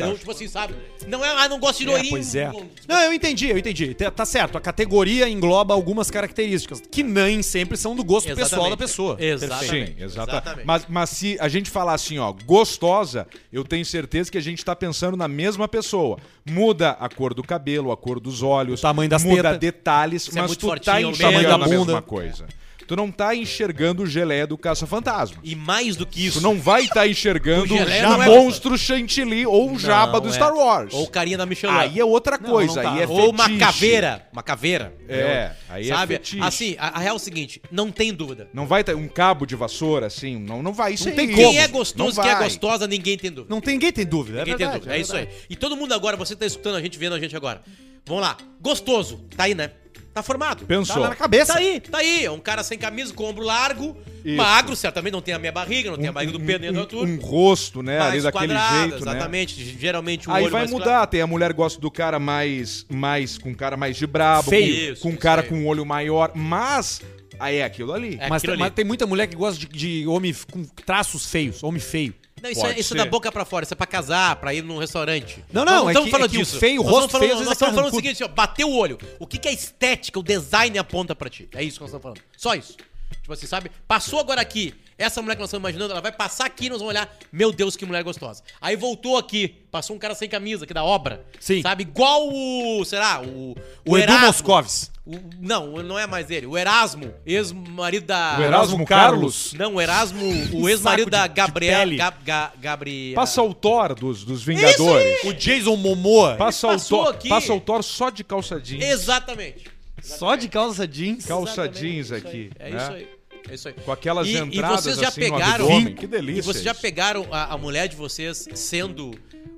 Entendeu? Tipo assim, sabe? Não é, ah, não gosto de loirinho.
pois é.
não-
Não, eu entendi, eu entendi. Tá tá certo, a categoria engloba algumas características que nem sempre são do gosto pessoal da
Exatamente. É.
pessoa.
Exatamente.
Sim, exatamente. Mas, mas se a gente falar assim, ó, gostosa, eu tenho certeza que a gente tá pensando na mesma pessoa. Muda a cor do cabelo, a cor dos olhos,
O tamanho das
muda
tetas.
detalhes,
é
mas
muito
tu tá
fortinho, o
enxergando
tamanho da
a mesma
bunda.
coisa. Tu não tá enxergando o gelé do caça-fantasma.
E mais do que
Tu
isso.
não é vai estar enxergando
*laughs* O
o
gelé não é
monstro chantilly ou o jaba
Não,
um do
é.
Star Wars.
Ou carinha da Michelin.
Aí é outra
Não,
coisa,
não tá.
aí é
Ou uma
fetiche.
caveira. Uma caveira.
É, aí é
Sabe?
fetiche.
assim, a, a real é o seguinte, não tem dúvida.
Não vai ter um cabo de vassoura assim, não, não vai.
Não
Isso aí.
tem
Não
como.
Quem é gostoso,
Não
quem é
vai.
gostosa, ninguém tem dúvida.
Não tem ninguém tem dúvida, é
ninguém
verdade,
tem dúvida. É, isso aí. E todo mundo agora, você tá escutando a gente, vendo a gente agora. Vamos lá. Gostoso. Tá aí, né? Tá formado.
Tá
Pensou.
lá na cabeça.
Tá aí, tá aí. É um cara sem camisa, com ombro largo,
Isso.
magro, certamente não tem a minha barriga, não tem a barriga do Pedro nem do
um,
Arthur.
um rosto, né? Ali
mais
daquele
quadrada,
jeito, né?
exatamente, geralmente um
Aí
olho
vai
mais
mudar,
claro.
tem a mulher gosta do cara mais, mais com cara mais de brabo,
Feio.
com-
Isso,
com um
isso
cara
aí.
com um olho maior, mas aí é aquilo ali.
É
Mas,
aquilo
tem- mas
ali.
tem muita mulher que gosta de, de homem f- com traços feios, homem feio.
Não, isso,
Pode
é, isso é
ser.
da boca pra fora, isso é pra casar, pra ir num restaurante.
Não, não,
Nós
é
estamos
que-
falando
é que o
disso.
feio, o
Nós
rosto
estamos falando,
feio, às
nós
vezes é
estamos falando o
carrancudo.
seguinte, ó, bateu o olho. O que, que a estética, o design aponta pra ti? É isso que nós estamos falando. Só isso. Tipo assim, sabe? Passou agora aqui, essa mulher que nós estamos imaginando, ela vai passar aqui e nós vamos olhar, meu Deus, que mulher gostosa. Aí voltou aqui, passou um cara sem camisa, aqui da obra.
Sim.
Sabe? Igual o, sei lá, o...
O Edu
Erasmo.
Moscovis.
O- não, não é mais ele. O Erasmo, ex-marido da.
O Erasmo Carlos?
Não, o Erasmo,
*laughs*
o ex-marido
Saco de-
da
de
Gabriela.
pele.
Ga, Ga- Gabriela.
Passa o Thor dos, dos Vingadores.
O Jason Momoa.
Passa o,
passou
Thor,
aqui.
passa o Thor só de calça jeans.
Exatamente.
Só de calça jeans.
Calça
Exatamente,
jeans
é isso
aqui.
aí. É
né?
isso aí. É isso aí.
Com aquelas
E- e
entradas
vocês já
assim no
pegaram-
abdômen. Que delícia.
E vocês já
isso.
pegaram a, a mulher de vocês sendo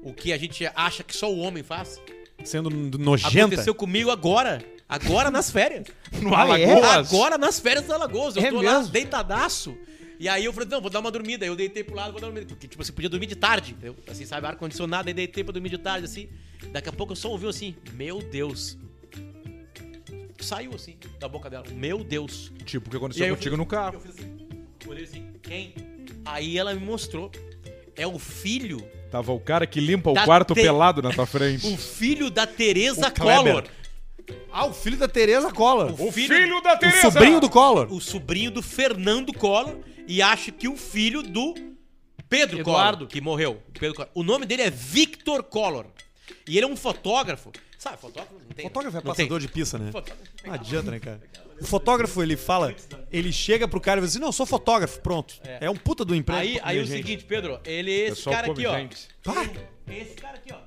o que a gente acha que só o homem faz?
Sendo nojenta.
Aconteceu comigo agora. Agora nas férias.
no
Ah, é?
Alagoas.
Agora nas férias da Lagoas. Eu
É
tô lá
mesmo?
deitadaço. E aí eu falei, não, vou dar uma dormida. Eu deitei pro lado, vou dar uma dormida. Porque, tipo, você podia dormir de tarde, entendeu? Assim, sabe, ar-condicionado, aí deitei pra dormir de tarde, assim. Daqui a pouco eu só ouvi assim, meu Deus. Saiu assim, da boca dela. Meu Deus.
Tipo o que
E
aconteceu
aí eu
contigo
fiz-
no
Eu
carro.
fiz assim, olhei assim, quem? Aí ela me mostrou. É o filho,
Tava o cara que limpa
Tá
o quarto
te-
pelado na tua
o
frente.
filho da Tereza
O Kleber.
Collor.
Ah, o filho da Tereza Collor.
*laughs* O filho-
da
O sobrinho do Collor.
o sobrinho do Fernando Collor e acho que o filho do Pedro
Eduardo.
Collor, que morreu. O, Pedro Collor. O nome dele é Victor Collor. E ele é um fotógrafo. Sabe, fotógrafo não tem.
Fotógrafo é
não tem.
passador de pista, né?
Fotógrafo.
Não adianta, né, cara? O fotógrafo, ele fala, ele chega pro cara e diz assim, não, sou fotógrafo, pronto. É, um puta do emprego.
Aí,
pra
aí
comer
o
gente.
seguinte, Pedro, ele é esse
Pessoal
cara
come
aqui, ó.
gente.
Ele- Esse cara aqui, ó.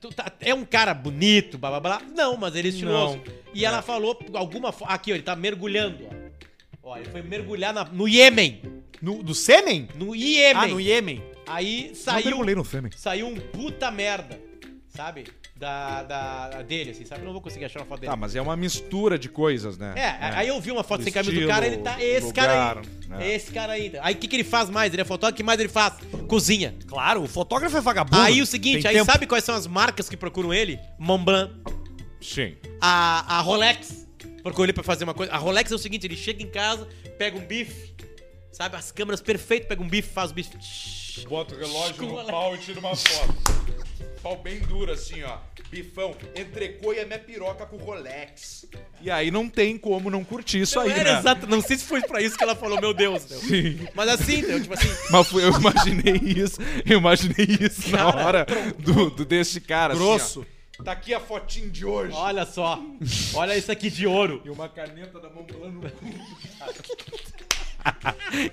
Tu tá- é um cara bonito, blá blá blá. Não, mas ele é estiloso.
Não.
E ela falou alguma. fo- Aqui, ó, ele tá mergulhando, ó. Ó, ele foi mergulhar na- no Iêmen.
No- do sêmen?
No Iêmen.
Ah, no Iêmen.
Tá Aí saiu.
mergulhei no sêmen.
saiu um puta merda, sabe? Da, da dele, assim, sabe? Não vou conseguir achar uma foto dele.
Tá, mas é uma mistura de coisas, né?
É, aí eu vi uma foto sem camisa do
Estilo,
cara, ele tá. Esse cara aí.
lugar, né?
Esse cara aí. Aí o que, que ele faz mais? Ele é fotógrafo, o que mais ele faz? Cozinha.
Claro, o fotógrafo é vagabundo.
aí o seguinte,
Tem
aí
tempo.
sabe quais são as marcas que procuram ele? Montblanc,
Sim.
a, a Rolex. Procurou ele pra fazer uma coisa. A Rolex é o seguinte, ele chega em casa, pega um bife, sabe? As câmeras perfeitas, pega um bife, faz o bife. tsh,
Bota o relógio
Desculpa,
no pau e tira uma foto. Pau bem duro, assim, ó. Bifão, entrecou e a minha piroca com Rolex. E aí não tem como não curtir isso aí,
não
né?
era
*laughs*
exato, não sei se foi pra isso que ela falou, meu Deus. meu. Mas assim, entendeu? tipo assim,
Mas fui- eu imaginei isso, eu imaginei isso na
Cara,
hora do, do- desse cara. assim, ó.
Grosso.
tá aqui a fotinho de hoje.
Olha só. Olha isso aqui de ouro.
E uma caneta da mão plana no cu. *laughs*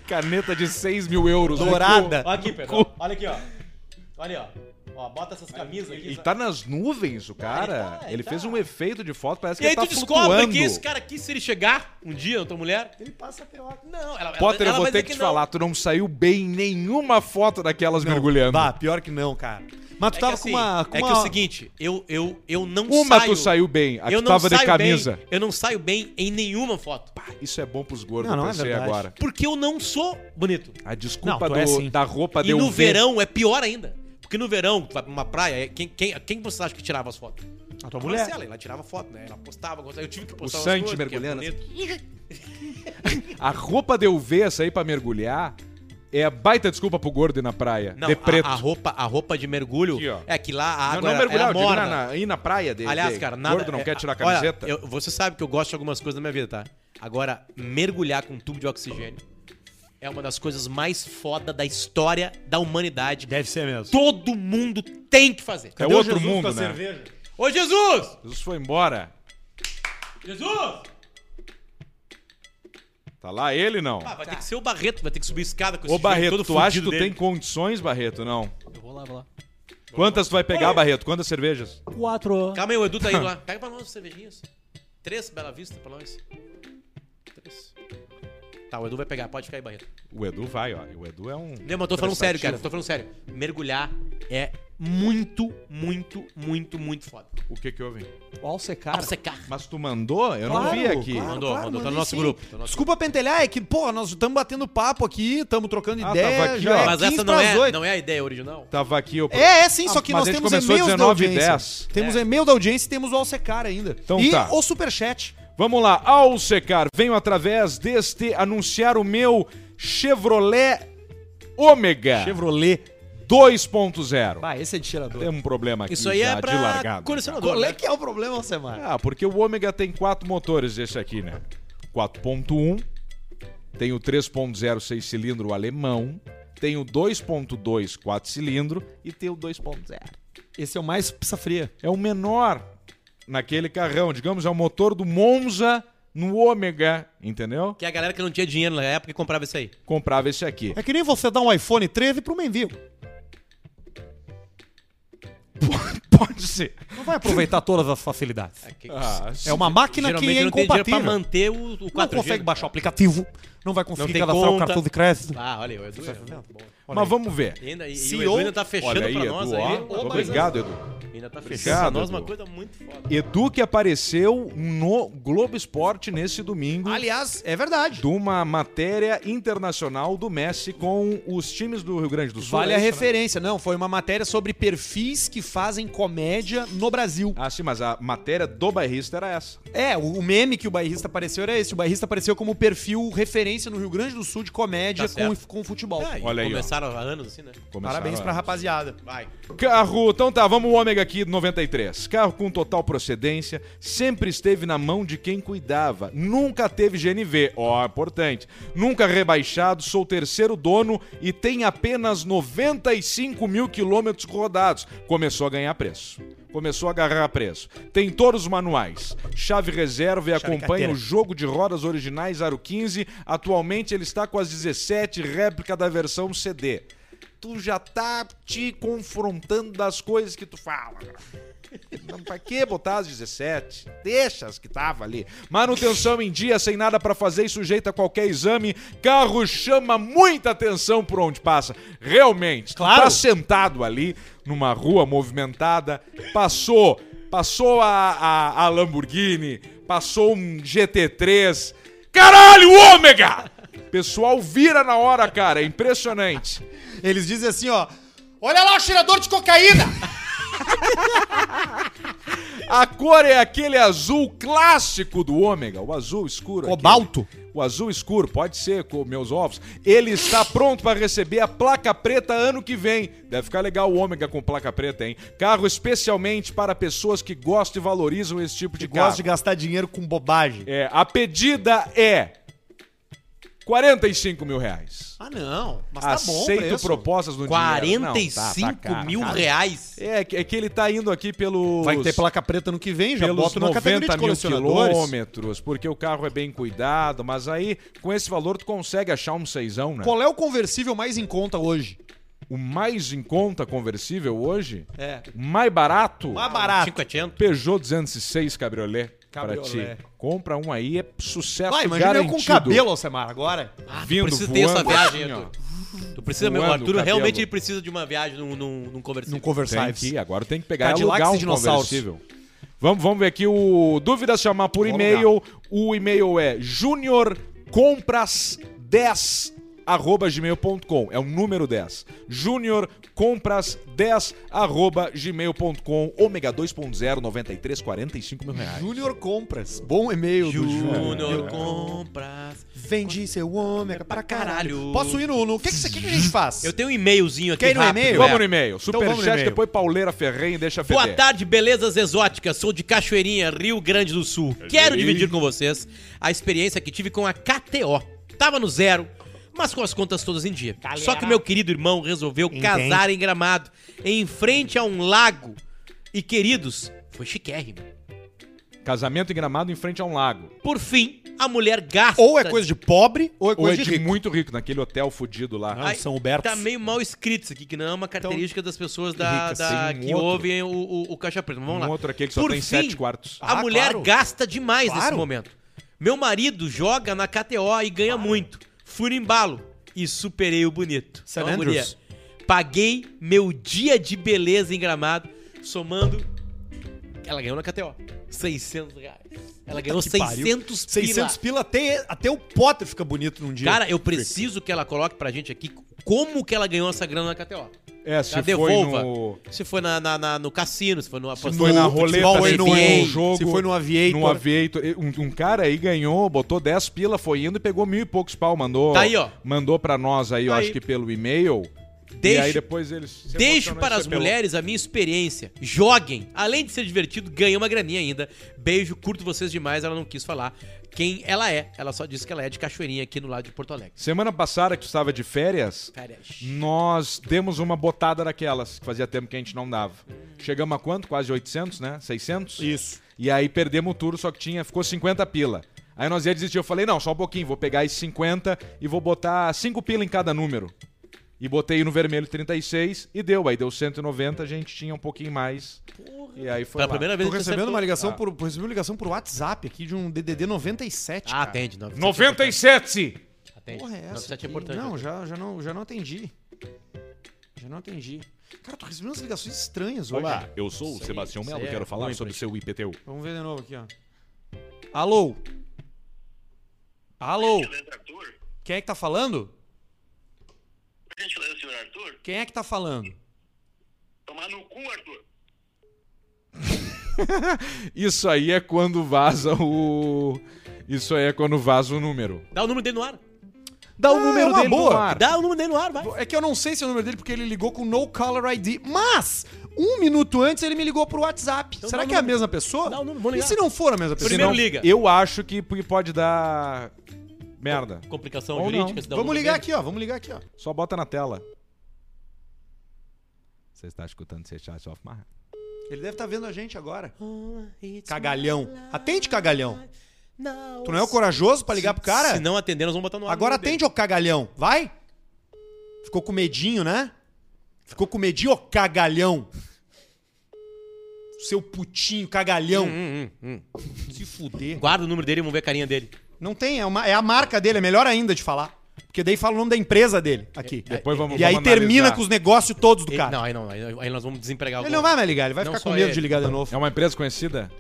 Caneta de 6 mil euros. né?
Dourada.
Olha aqui, Pedro. Olha aqui, ó. Olha aí, ó. Ó, bota essas camisas aqui.
E tá nas nuvens o cara.
ele tá,
Ele,
ele tá.
fez um efeito de foto, parece
E
que
aí
ele
tu
tá
descobre
flutuando.
que esse cara aqui, se ele chegar um dia na tua mulher, ele
passa pela...
não. Ela,
Potter,
ela,
eu vou
vai
ter
dizer
que, te
é não.
falar, tu não saiu bem em nenhuma foto daquelas mergulhando.
Bah, pior que não, cara. Mas tu
É que,
tava
assim,
com uma... Com
é que
uma-
o seguinte, eu, eu, eu não
Uma
saio...
tu saiu bem, a
eu
que
não
tava de
saio bem-
camisa.
eu não saio bem em nenhuma foto.
Isso é bom pros gordos,
Não, não é
pensei
verdade.
agora.
Porque eu não sou bonito.
A desculpa
Não, tu é
do-
sim.
da roupa
e
deu um
no
V.
verão é pior ainda. Porque no verão, tu vai pra uma praia, é, quem, quem, quem você acha que tirava as fotos?
A tua
A
mulher.
Marcela, ela tirava foto, né? Ela postava, gostava. eu tive que postar umas
Santi
coisas, porque é
mergulhando, assim,
bonito.
A roupa deu V, essa aí pra mergulhar, é a baita desculpa pro gordo ir na praia.
Não,
de
a-
preto.
A, roupa, a roupa de mergulho
Aqui, ó.
é que lá a
Não,
água
não
era-
mergulhar,
era
eu digo
morna.
na, na- ir na praia dele.
Aliás, cara, nada.
gordo não
é-
quer tirar a
olha,
camiseta.
eu- você sabe que eu gosto de algumas coisas na minha vida, tá? Agora, mergulhar com um tubo de oxigênio é uma das coisas mais foda da história da humanidade.
Deve ser mesmo.
Todo mundo tem que fazer.
É
Cadê o
outro
Jesus com
mundo,
a
né?
cerveja?
Ô, Jesus!
Jesus foi embora.
Jesus!
Tá lá ele, não?
Ah, vai ter que ser o Barreto, vai ter que subir escada com
é
Ô, Barreto,
jeito
tu acha que
fudido
tu
dele.
tem condições, Barreto, não?
Eu vou lá, vou lá.
Quantas tu vai pegar, Barreto? Quantas cervejas?
Quatro.
Calma aí, o Edu tá indo lá. Pega pra nós cervejinhas. Três, Bela Vista, pra nós. Três. Tá, o Edu vai pegar. Pode ficar aí, Barreto.
O Edu vai, ó. O Edu é um...
Não, mas eu tô falando sério, cara. Tô falando sério. Mergulhar é muito, muito, muito, muito foda.
O que que houve?
Ó, o
Pra
secar.
secar.
Mas tu mandou? Eu não
Claro,
vi aqui.
claro.
Mandou, mandou. Tá no
mandei
nosso
sim.
grupo. Tá no nosso
Desculpa pentelhar, é que, porra, nós estamos batendo papo aqui, estamos trocando
Ah,
ideia.
tava aqui,
já
ó.
é
grupo. Mas
15
essa não
pras
é,
oito.
não é a ideia original.
Tava aqui, eu...
É, é sim, só
Ah,
que
mas
nós
a gente
temos
começou
e-mails da
19 e
audiência.
10.
É.
Temos e-mail da audiência e temos o Alsecar ainda.
Então
e
tá.
o Superchat.
Vamos lá, ao secar, venho através deste anunciar o meu Chevrolet Ômega
Chevrolet.
2.0.
Bah, esse é de
Tem
cheirador.
um problema aqui
Isso aí
já
é
de
pra
largada.
colecionador.
Qual é
Né?
que é o problema, Alcemar?
Ah, porque o Ômega tem quatro motores esse aqui, né? 4.1, tem o 3.0 6 cilindro alemão, tem o 2.2 4 cilindro e tem o 2.0.
Esse é o mais pizza fria.
É o menor naquele carrão. Digamos, é o motor do Monza no ômega, entendeu?
Que é a galera que não tinha dinheiro na época comprava isso aí.
Comprava esse
*laughs*
aqui.
É que nem você dar um iPhone 13 pro mendigo.
Pode ser.
Não vai aproveitar todas as facilidades.
É, que-
Ah,
É uma máquina que
geralmente
é
não tem dinheiro pra
incompatível.
manter o, o 4G.
Não consegue baixar o aplicativo, não vai
Não
conseguir
tem
cadastrar o
conta.
cartão de crédito.
Ah, olha aí, o Edu. Bom.
Mas vamos ver.
E ainda, e
CEO,
o Edu ainda tá fechando
Olha aí,
pra
Edu.
nós
ó.
aí.
Obrigado, Edu.
Ainda tá fechando pra
Obrigado,
nós uma
Edu.
coisa muito foda.
Edu que apareceu no Globo Esporte nesse domingo.
Aliás, é verdade.
de uma matéria internacional do Messi com os times do Rio Grande do Sul.
Vale a
é isso, né?
referência. Não, foi uma matéria sobre perfis que fazem comédia no Brasil.
Ah, sim, mas a matéria do bairrista era essa.
É, o o meme que o bairrista apareceu era esse. O bairrista apareceu como perfil referência no Rio Grande do Sul de comédia
Tá
com,
certo.
com futebol.
Ah, e
Olha aí, ó.
Começaram há anos assim, né?
Começaram
Parabéns
a-
pra rapaziada.
Vai.
Carro, então tá, vamos o ômega aqui 93. Carro com total procedência, sempre esteve na mão de quem cuidava. Nunca teve GNV, ó, importante. Nunca rebaixado, sou o terceiro dono e tem apenas 95 mil quilômetros rodados. Começou a ganhar preço. Começou a agarrar preço. Tem todos os manuais. Chave reserva e
Chave
acompanha
carteira.
o jogo de rodas originais Aro 15. Atualmente ele está com as 17 réplica da versão CD. Tu já tá te confrontando das coisas que tu fala. Não, pra que botar as 17? Deixa as que tava ali. Manutenção em dia, sem nada pra fazer e sujeita a qualquer exame. Carro chama muita atenção por onde passa. Realmente, tu
Claro.
tá sentado ali, numa rua movimentada, passou, passou a, a, a Lamborghini, passou um GT3. Caralho, ômega! Pessoal vira na hora, cara, é impressionante.
Eles dizem assim, ó. Olha lá o cheirador de cocaína!
A cor é aquele azul clássico do ômega, o azul escuro. aquele.
Cobalto?
O azul escuro, pode ser, com meus ovos. Ele está pronto para receber a placa preta ano que vem. Deve ficar legal o ômega com placa preta, hein? Carro especialmente para pessoas que gostam e valorizam esse tipo de
Que
carro.
gosta de gastar dinheiro com bobagem.
É, a pedida é 45 mil reais.
Ah, não.
tá
Mas
Aceito propostas no dinheiro. Não, tá- tá
45
caro,
mil
cara.
reais.
É, que- é que ele tá indo aqui pelos...
Vai ter placa preta no que vem, já
pelos
boto na categoria
90
de
mil
colecionadores.
quilômetros, porque o carro é bem cuidado, mas aí com esse valor tu consegue achar um seisão, né?
Qual é o conversível mais em conta hoje?
O mais em conta conversível hoje,
É.
o mais barato,
Mais barato.
500.
Peugeot 206 Cabriolet, pra
Cabriolé.
ti. Compra um aí, é sucesso
Vai, imagina
garantido.
eu com cabelo, Alcemar, agora.
Ah,
Vindo,
tu precisa ter essa
voando,
viagem,
assim, ó.
Arthur. Tu precisa mesmo.
Voando,
Arthur
cabelo.
realmente ele precisa de uma viagem num, num, num
Não
conversível.
conversar.
Tem que, agora tem que pegar e
Cadillacs
alugar
e
um
dinossauros.
conversível. Vamos, vamos ver aqui o dúvidas chamar por
Vou
e-mail. O e-mail é juniorcompras10 arroba gmail.com, é o número 10 Júnior compras 10 arroba gmail.com ômega 2.0, 93, 45 mil reais
Júnior Compras. Bom e-mail do
é.
Júnior compras.
Vende seu ômega pra caralho.
Caralho.
Posso ir no... no... O que, que, que que a gente faz?
Eu tenho um e-mailzinho aqui
Quer ir no
rápido,
e-mail? Então
é.
vamos no e-mail,
vamos no
superchat,
e-mail.
depois pauleira ferrenha e deixa
Boa
feder.
tarde, belezas exóticas. Sou de Cachoeirinha, Rio Grande do Sul.
É
Quero dividir com vocês a experiência que tive com a KTO. Tava no zero, mas com as contas todas em dia. Só que meu querido irmão resolveu casar em Gramado, em frente a um lago. E queridos, foi chiquérrimo.
casamento em Gramado em frente a um lago
Por fim, a mulher gasta.
Ou é coisa de pobre, ou é
ou
coisa
é
de,
de
rico.
muito rico, naquele hotel fudido lá
Não, São Huberto.
Tá meio mal escrito isso aqui, que não é uma característica das pessoas da,
Ricas,
da-
Então, sim, um
que
outro.
ouvem o, o- o Caixa Preta. Vamos lá.
um outro aqui que só
Por
tem
fim,
sete quartos
A
Ah,
mulher
claro.
gasta demais nesse
Claro.
momento. Meu marido joga na KTO e ganha muito. Fui no embalo e superei o bonito.
San
Então,
Andrews.
guria, Paguei meu dia de beleza em Gramado, somando... Ela ganhou na KTO. 600 reais. Ela ganhou
que pariu.
600 pila.
600 pila, até, até o Potter fica bonito num dia.
Cara, eu preciso que ela coloque pra gente aqui como que ela ganhou essa grana na KTO.
é, se
Cadê
foi
Volva?
no...
Se foi na, na- na- no cassino, se foi Tipo assim, no
Se
aposta-
foi
No
na
futebol,
roleta,
se
se foi
foi no
no jogo.
se foi no Aviator.
No Aviator. Um, um cara aí ganhou, botou 10 pila, foi indo e pegou mil e poucos pau. Mandou,
Tá aí, ó.
mandou pra nós aí, eu
Tá
acho
aí.
que pelo e-mail.
Deixo-
e aí depois eles... se
Deixo
emocionam
para
e
as
se apelam.
mulheres a minha experiência. Joguem. Além de ser divertido, ganha uma graninha ainda. Beijo, curto vocês demais. Ela não quis falar quem ela é. Ela só disse que ela é de Cachoeirinha aqui no lado de Porto Alegre.
Semana passada que tu estava de férias,
Cara, sh-
nós demos uma botada daquelas, que fazia tempo que a gente não dava. Chegamos a quanto? Quase 800, né? 600?
Isso.
E aí perdemos o turno, só que tinha, ficou 50 pila. Aí nós ia desistir. Eu falei, não, só um pouquinho, vou pegar esses 50 e vou botar 5 pila em cada número. E botei no vermelho 36 e deu. Aí deu 190, a gente tinha um pouquinho mais. E aí foi
Pela
lá.
primeira
Tô
vez
recebendo uma ligação
Ah.
por, recebi uma ligação por WhatsApp aqui de um DDD 97.
Ah,
cara.
atende. 97!
97!
Atende.
Porra, é essa?
97 é
aqui?
importante.
Não, já, já não, já não atendi. Já não atendi. Cara, tô recebendo umas ligações estranhas hoje.
Olá, eu sou o
Isso aí,
Sebastião
isso
Melo,
aí é
quero falar
ruim
sobre o
pra
seu IPTU.
Vamos ver de novo aqui, ó. Alô? Alô?
Beleza, Arthur?
Quem é que tá falando?
Por gentileza, senhor Arthur?
Quem é que tá falando?
Tomar no cu, Arthur.
Isso aí é quando vaza o. Isso aí é quando vaza o número.
Dá o número dele no ar.
Dá o
Ah,
número
é uma
dele no
boa.
ar.
Dá o número dele no ar, vai.
É que eu não sei se é o número dele porque ele ligou com No Color ID, mas um minuto antes ele me ligou pro WhatsApp.
Então
Será
dá o
que é a
número.
mesma pessoa?
Dá o número, vou
e
ligar.
se não for a mesma pessoa?
Primeiro
Senão,
liga.
Eu acho que p- pode dar. Merda.
Complicação
Ou não.
jurídica. se dá o
Vamos
número
ligar
dele.
aqui, ó. Vamos ligar aqui, ó.
Só bota na tela. Você está escutando Six Shots of Mar?
Ele deve estar vendo a gente agora.
It's
Cagalhão.
my life.
Atende, cagalhão.
Now
Tu não é o corajoso pra ligar pro cara?
Se não atender, nós vamos botar no ar.
Agora
o número
atende, ô cagalhão. Vai? Ficou com medinho, né? Ficou com medinho, ô cagalhão. Seu putinho, cagalhão.
dele. Hum, hum, hum.
Se fuder.
Guarda o número dele e vamos ver a carinha dele.
Não tem, é, uma- é a marca dele, é melhor ainda de falar. Porque daí fala o nome da empresa dele aqui.
Depois vamos
e aí
vamos
termina
analisar.
com os negócios todos do
Ele-
cara.
não, aí não. Aí aí nós vamos desempregar o
Ele não vai mais ligar, ele vai
Não
ficar com
só
medo
ele.
de ligar de novo.
É uma empresa conhecida?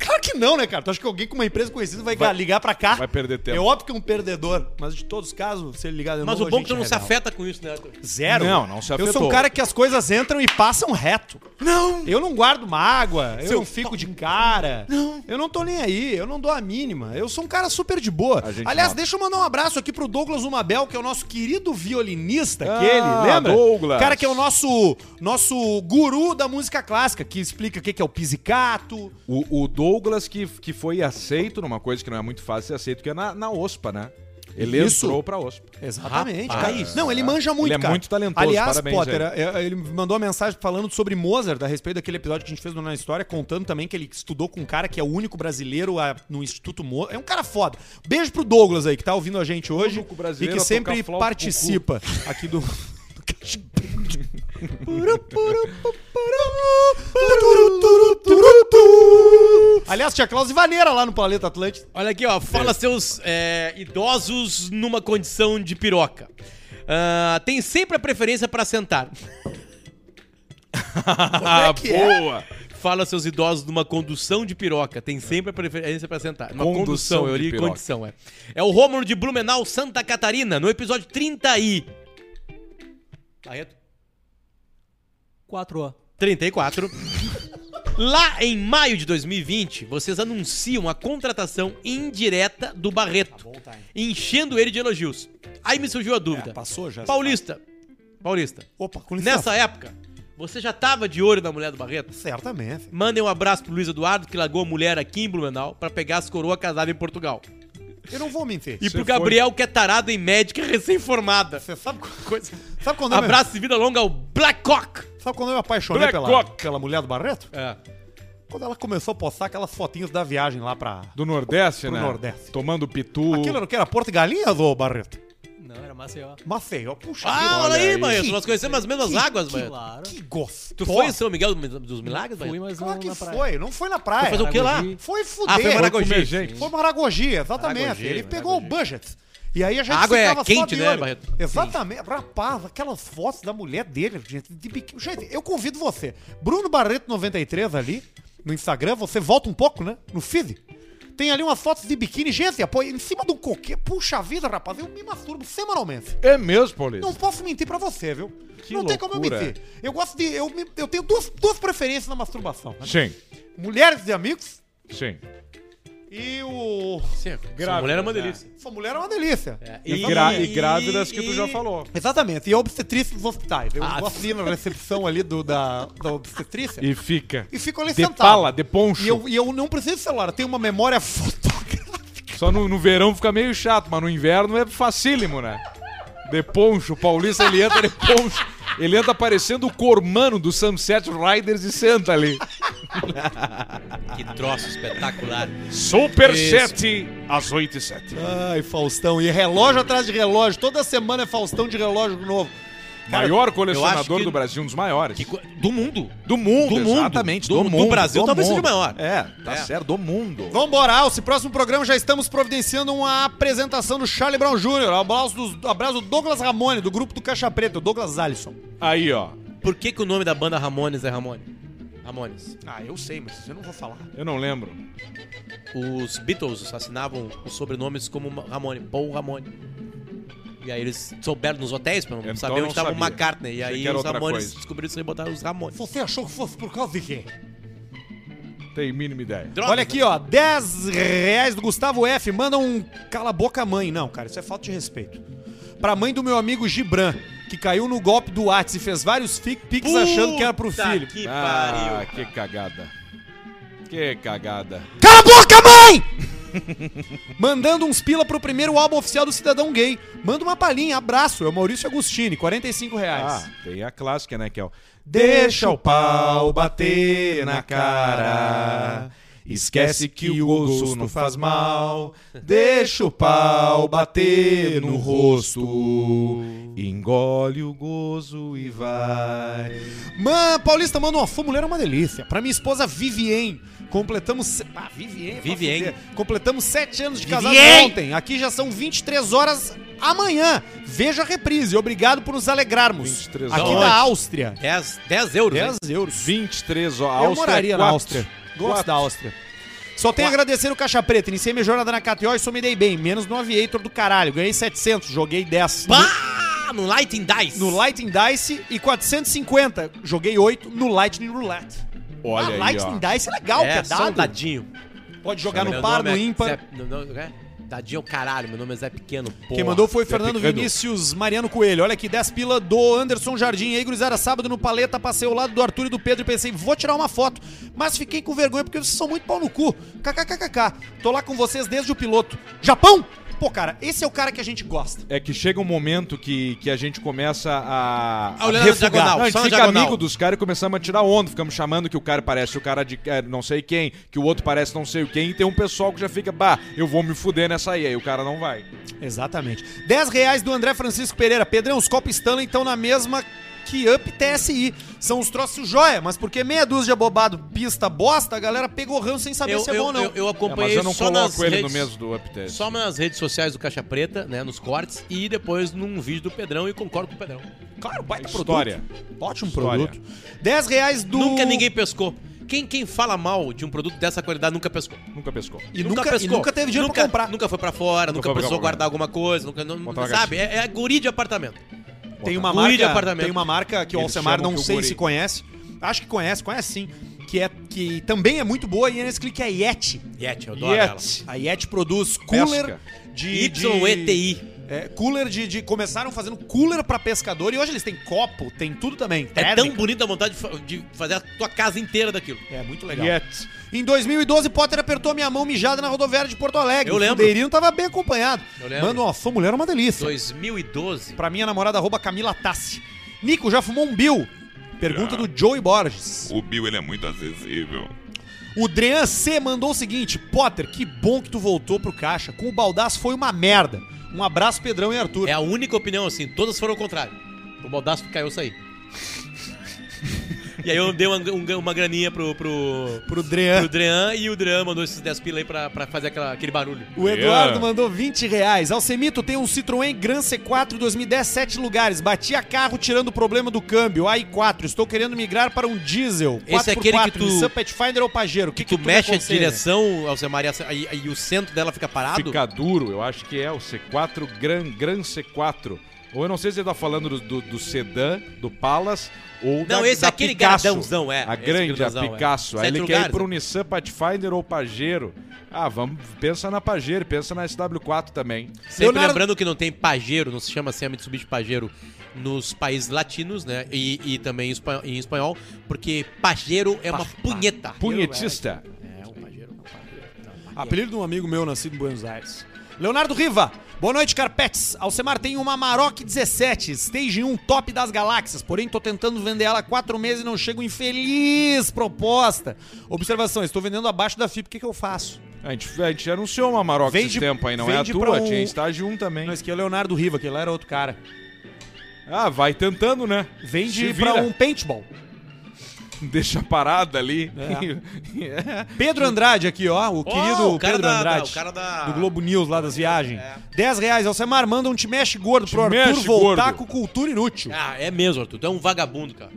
Claro que não, né, cara? Tu acha que alguém com uma empresa conhecida vai,
Vai-
ligar pra cá?
vai perder tempo.
É óbvio que é um perdedor, mas de todos os casos, se ele ligar de
Mas
novo.
o
a
bom é
gente
que tu não se
revela.
afeta com isso, né? Arthur?
Zero.
Não, não se
Eu sou um
afetou.
cara que as coisas entram e passam reto.
Não!
Eu não guardo mágoa, eu
Seu
não fico de cara. Não. Eu não tô nem aí, eu não dou a mínima. Eu sou um cara super de boa.
A gente
Aliás,
nota.
deixa eu mandar um abraço aqui pro Douglas Umabel, que é o nosso querido violinista,
Ah,
aquele, lembra?
Douglas.
O cara que é o nosso, nosso guru da música clássica, que explica o que que é o pizzicato.
O, o Douglas que, que foi aceito numa coisa que não é muito fácil ser aceito, que é na, na OSPA, né? Ele
Isso.
entrou pra OSPA.
Exatamente.
Rapaz.
cara. Não, ele manja muito,
Ele é
cara.
muito talentoso,
Aliás,
parabéns
Potter,
a
é, ele me mandou uma mensagem falando sobre Mozart, a respeito daquele episódio que a gente fez no Na História, contando também que ele estudou com um cara que é o único brasileiro a- no Instituto Mozart. É um cara foda. Beijo pro Douglas aí, que tá ouvindo a gente hoje
único
e
brasileiro
que
a
sempre
tocar flauta com o cu. *laughs*
participa aqui do... Aliás, tinha Klaus e Vaneira lá no Planeta Atlântico.
Olha aqui, ó. Fala seus é, idosos numa condição de piroca. Ah, tem sempre a preferência pra sentar.
Como é que é?
Ah, Boa!
Fala seus idosos numa condução de piroca. Tem sempre a preferência pra sentar. Uma
Condução
condução, eu
de
li
piroca.
condição, é. É o Rômulo de Blumenau, Santa Catarina, no episódio 30i. Barreto?
4
34. Lá em maio de 2020, vocês anunciam a contratação indireta do
Ah,
Barreto,
tá,
enchendo ele de elogios. Aí me surgiu a dúvida.
É, Passou já.
Paulista, Paulista,
Opa, com licença.
é
nessa época, você já tava de olho na mulher do Barreto?
Certamente.
Mandem um abraço pro Luiz Eduardo, que largou a mulher aqui em Blumenau pra pegar as coroas casadas em Portugal.
Eu não vou mentir.
E
Você
pro Gabriel, que é tarado em médica recém-formada.
Você sabe qual coisa. Sabe quando,
Abraço e vida longa ao Blackock.
eu, me- sabe quando eu me apaixonei
Black
pela,
Cock.
pela mulher do Barreto?
É.
Quando ela começou a postar aquelas fotinhas da viagem lá pra.
Do Nordeste,
Pro
né?
Nordeste.
Tomando pitu.
Aquilo era o que? Era Porto e Galinhas ou Barreto?
Não, era Maceió.
Maceió, puxa.
Ah,
vida.
olha aí,
aí.
Barreto. Nós conhecemos as mesmas águas, Barreto.
Claro.
Que gostoso.
Tu foi em São Miguel dos Milagres,
Fui,
Barreto?
mas
Claro
não
que
na praia.
foi, não foi na praia.
Fazer o que lá?
Maragogi.
Foi fuder.
Ah, foi em Maragogi.
Comer gente.
Foi Maragogi, exatamente.
Maragogi,
Ele
Maragogi.
pegou o budget. E aí a gente
A água é
ficava só
quente,
de
né,
olho.
Barreto?
Exatamente. Rapaz, aquelas fotos da mulher dele, gente, de biquíni. Gente, eu convido você. Bruno Barreto 93 ali, no Instagram, você volta um pouco, né? No feed. Tem ali umas fotos de biquíni, gente, apoio- em cima do coqueiro. Puxa vida, rapaz, eu me masturbo semanalmente.
É mesmo, Paulista.
Não posso mentir pra você, viu?
Que
Não tem como eu
loucura.
mentir. Eu gosto de. Eu, me- eu tenho duas, duas preferências na masturbação:
Sim,
mulheres de amigos
sim.
e o.
Essa mulher é uma delícia.
Sua mulher é uma delícia.
E, gra- e grávidas que tu já falou.
Exatamente. E a obstetrícia dos hospitais. Eu gosto de ir na recepção ali do, da, da obstetrícia Ah, e,
E fica.
fico ali
De
sentado.
pala, de poncho.
E eu, e eu não preciso de celular, eu tenho uma memória *laughs* fotográfica.
Só no, no verão fica meio chato, mas no inverno é facílimo, né? De poncho, o paulista ele entra de poncho. Ele entra parecendo o cormano do Sunset Riders e senta ali.
Que troço espetacular.
Super
Isso.
7 às 8 e 7.
Ai, Faustão. E relógio atrás de relógio. Toda semana é Faustão de relógio novo.
Maior
eu acho
colecionador
que-
do Brasil, um dos maiores.
Que co- do mundo.
Do mundo,
Do mundo.
exatamente.
Do-
Do,
do
mundo.
Brasil talvez seja o maior.
É, tá
É.
certo, do mundo.
Vambora, Alce. Próximo programa já estamos providenciando uma apresentação do Charlie Brown Jr. Abraço, dos, abraço do Douglas Ramone, do grupo do Caixa Preta, o Douglas Alisson.
Aí, ó.
Por que, que o nome da banda Ramones é Ramones? Ramones.
Ah, eu sei, mas eu não vou falar.
Eu não lembro.
Os Beatles assassinavam os sobrenomes como Ma- Ramone, Paul Ramone. E aí eles souberam nos hotéis, pra não
Então
saber
não
onde estava o
sabia.
McCartney. E
Achei
aí
que era
os
outra
Ramones
coisa.
descobriram isso e botaram os Ramones.
Você achou que fosse por causa de quê?
Tem mínima ideia.
Droga,
Olha aqui, ó. 10 reais do Gustavo F. Manda um cala a boca, mãe. Não, cara, isso é falta de respeito. Pra mãe do meu amigo Gibran, que caiu no golpe do Whats e fez vários fic pics
Puta
achando que era pro filho.
Que
Ah,
pariu.
que cagada. Que cagada.
Cala a boca, mãe! *laughs* Mandando uns pila pro primeiro álbum oficial do Cidadão Gay. Manda uma palhinha, abraço. É o Maurício Agostini, 45
Ah,
reais.
tem a clássica, né, que é o...
Deixa o pau bater na cara.
Esquece que o gosto não faz mal. Deixa o pau bater no rosto. Engole o gozo e vai.
Man, Paulista manda uma fã, mulher é uma delícia. Pra minha esposa Vivien, completamos. se- Ah, Vivien, pra
Vivien.
fuder. Completamos sete anos de casado
Vivien!
ontem. Aqui já são 23 horas amanhã. Veja a reprise. Obrigado por nos alegrarmos.
23
Aqui
horas.
da Áustria.
10, 10 euros. hein?
10 euros.
23 ó,
Eu
Áustria
moraria na
quatro.
Áustria. Gosto
Quatro.
da Áustria. Só tenho a agradecer o Caixa Preta. Iniciei minha jornada na KTO e só me dei bem. Menos no Aviator do caralho. Ganhei 700, joguei 10.
Pá! No Lighting Dice.
No, no Lightning Dice e 450. Joguei 8 no Lightning Roulette.
Olha
ah,
aí,
Lightning
ó.
Dice é legal,
é,
que é
só um
dado.
dadinho.
Pode jogar
Meu
no par,
nome
no
é
ímpar.
Zé- não, não, é? Tadinho, caralho, meu nome é Zé Pequeno, porra. é
Quem mandou foi
Zé
Fernando
Picando.
Vinícius Mariano Coelho. Olha aqui, 10 pila do Anderson Jardim. E aí, gurizada, sábado no Paleta, passei ao lado do Arthur e do Pedro e pensei, vou tirar uma foto. Mas fiquei com vergonha porque vocês são muito pau no cu. KKKKK. Tô lá com vocês desde o piloto. Japão! Pô, cara, esse é o cara que a gente gosta.
É que chega um momento que, que a gente começa a.
A olhar na
refugar.
diagonal,
Não, a gente
só na
fica
diagonal.
amigo dos caras e começamos a tirar onda. Ficamos chamando que o cara parece o cara de eh, não sei quem, que o outro parece não sei o quem. E tem um pessoal que já fica, bah, eu vou me fuder nessa aí. Aí o cara não vai.
Exatamente. 10 reais do André Francisco Pereira. Pedrão, os Cop Stanley estão na mesma que Up TSI. São os troços joia, mas porque meia dúzia de abobado, pista, bosta, a galera pegou ranço sem saber
eu,
se é
eu,
bom ou não.
Eu, eu
É, mas
acompanhei
eu não
só nas
coloco ele
redes,
no mesmo do uptest.
Só nas redes sociais do Caixa Preta, né, nos cortes, e depois num vídeo do Pedrão, e concordo com o Pedrão.
Claro, baita
É História.
produto. Ótimo
História.
produto. 10 reais do...
Nunca ninguém pescou. Quem, quem fala mal de um produto dessa qualidade nunca pescou.
Nunca pescou.
E nunca, e nunca teve dinheiro
nunca,
pra comprar.
Nunca foi pra fora, nunca,
foi pra
precisou
comprar.
guardar alguma coisa, nunca, não,
Botar na
sabe? É, é guri de apartamento.
Tem uma,
Guri de
marca,
apartamento.
tem uma marca que o
Eles
Alcemar
chamam
não
que o
sei
guri-
se conhece. Acho que conhece, conhece sim. Que, é, que também é muito boa e é nesse clique é a Yeti.
Yeti, eu adoro ela.
Yet.
A Yeti produz cooler de... é de-
YETI.
É, cooler de, de- Começaram fazendo cooler pra pescador e hoje eles têm copo, tem tudo também.
É tão
térmica.
bonita a vontade de fa- de fazer a tua casa inteira daquilo.
É muito legal.
Yet.
Em 2012, Potter apertou minha mão mijada na rodoviária de Porto Alegre.
Eu lembro.
O Federino tava bem acompanhado.
Eu lembro.
Manda uma fã, mulher é uma delícia.
2012.
Pra minha namorada, arroba Camila Tassi. Nico, já fumou um Bill? Pergunta do Joey Borges.
O Bill ele é muito acessível.
O Drean C mandou o seguinte: Potter, que bom que tu voltou pro caixa. Com o Baldaço foi uma merda. Um abraço, Pedrão e Arthur.
É a única opinião, assim, todas foram ao contrário. O Baldasso caiu, eu saí. e aí eu dei uma, um- uma graninha pro, pro,
Pro
pro
Drean.
Drean e o Drean mandou esses 10 pila aí pra, pra fazer aquela- aquele barulho.
O Eduardo
Drean.
mandou 20 reais. Alcemito tem um Citroën Gran C4 2010, 7 lugares. Batia carro tirando o problema do câmbio. AI4, estou querendo migrar para um diesel.
Esse é aquele que tu-
Nissan Pathfinder ou Pajero. O que, que
Tu mexe a
aconselha?
direção, Alcemar, e, essa- e- e o centro dela fica parado?
Fica duro, eu acho que é o C4, Gran, Gran C4. Ou eu não sei se ele tá falando do, do, do sedã, do Palace, ou da
Não, esse
da
é aquele
Picasso.
grandãozão, é.
A
Esse
grande, a
grandãozão, é.
Picasso. Aí
Sete
ele quer
lugares,
ir pro
né?
Nissan Pathfinder ou Pajero. Ah, vamos, pensa na Pajero, pensa na SW4 também.
Sempre
Leonardo-
lembrando que não tem pajero, não se chama assim a Mitsubishi pajero nos países latinos, né? E, e também em espa- em espanhol, porque pajero é uma punheta.
Punhetista.
É, um pajero.
Apelido de um amigo meu nascido em Buenos Aires. Leonardo Riva. Boa noite, Carpetes. Alcemar tem uma Maroc 17, Stage 1 Top das Galáxias. Porém, tô tentando vender ela há quatro meses e não chego em feliz proposta. Observação, estou vendendo abaixo da FIP. O que, que eu faço?
A gente, a gente anunciou uma Maroc
Vende-
esse tempo aí, não é a
vende pra
tua,
um-
tinha estágio 1 também.
Não, esse aqui é o Leonardo Riva, que lá era outro cara.
Ah, vai tentando, né? Se
Vende
vira.
pra um paintball.
um-
*laughs* Deixa parada ali. *laughs*
É.
É.
Pedro Andrade aqui, ó. O querido
o cara
Pedro
da- da-
Andrade.
o cara da- É,
Do Globo News lá das viagens. R$ 10 reais. Alcemar, manda um te mexe gordo pro Arthur
mexe,
voltar
gordo.
com cultura inútil.
Ah, é mesmo, Arthur. Tu é um vagabundo, cara.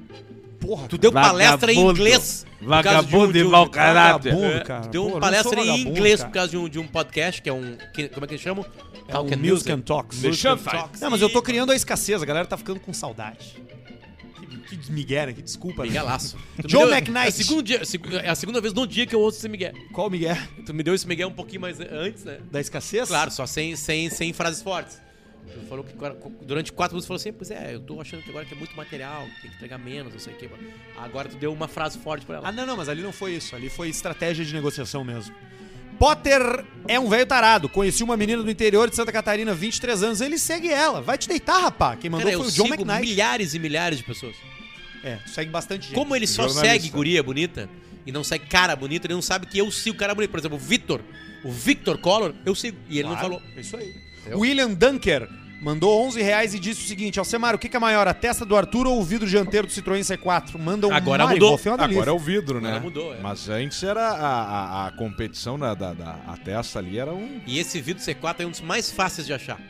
Porra,
Tu deu palestra em
Vagabundo.
inglês. por causa de um-
Vagabundo
de
e
um-
mau caráter.
vagabundo,
É,
cara.
tu deu
Pô, eu
uma
não
palestra
sou
em
vagabundo,
inglês
cara.
por causa de um, de um podcast, que é um. que- como é que eles chamam?
É um
Talk and
Music and Talks.
Deixa
Music and
vai.
Talks. Não, mas eu tô criando a escassez. A galera tá ficando com saudade. Que, que Miguel, que desculpa. né? *laughs*
Miguelaço. Tu
Joe
me deu-
McKnight.
É a, segunda dia- seg- é a segunda vez no dia que eu ouço esse Miguel.
Qual o Miguel?
Tu me deu esse Miguel um pouquinho mais antes, né?
Da escassez?
Claro, só sem, sem, sem frases fortes. Tu falou que agora- durante quatro minutos falou assim: Pois é, eu tô achando que agora que é muito material, tem que entregar menos, não sei o quê. Agora tu deu uma frase forte pra ela.
Ah, não, não, mas ali não foi isso. Ali foi estratégia de negociação mesmo. Potter é um velho tarado. Conheci uma menina do interior de Santa Catarina, 23 anos. Ele segue ela. Vai te deitar, rapá. Quem mandou
Cara, eu
foi o John
sigo
McKnight.
milhares e milhares de pessoas.
É, segue bastante gente.
Como ele só
jornalista.
segue guria bonita e não segue cara bonita, ele não sabe que eu sigo cara bonito. Por exemplo, o Victor, o Victor Collor, eu sigo. E ele não
Claro,
falou.
é Isso aí. William Dunker mandou 11 reais e disse o seguinte: Alcemar, o que que é maior, a testa do Arthur ou o vidro dianteiro do Citroën C4? Manda um
Agora
Mario
mudou.
Golf, é uma delícia.
Agora é o vidro, né?
Agora mudou, é.
Mas antes era a, a, a competição da, da, da a testa ali, era um.
E esse vidro C4 é um dos mais fáceis de achar.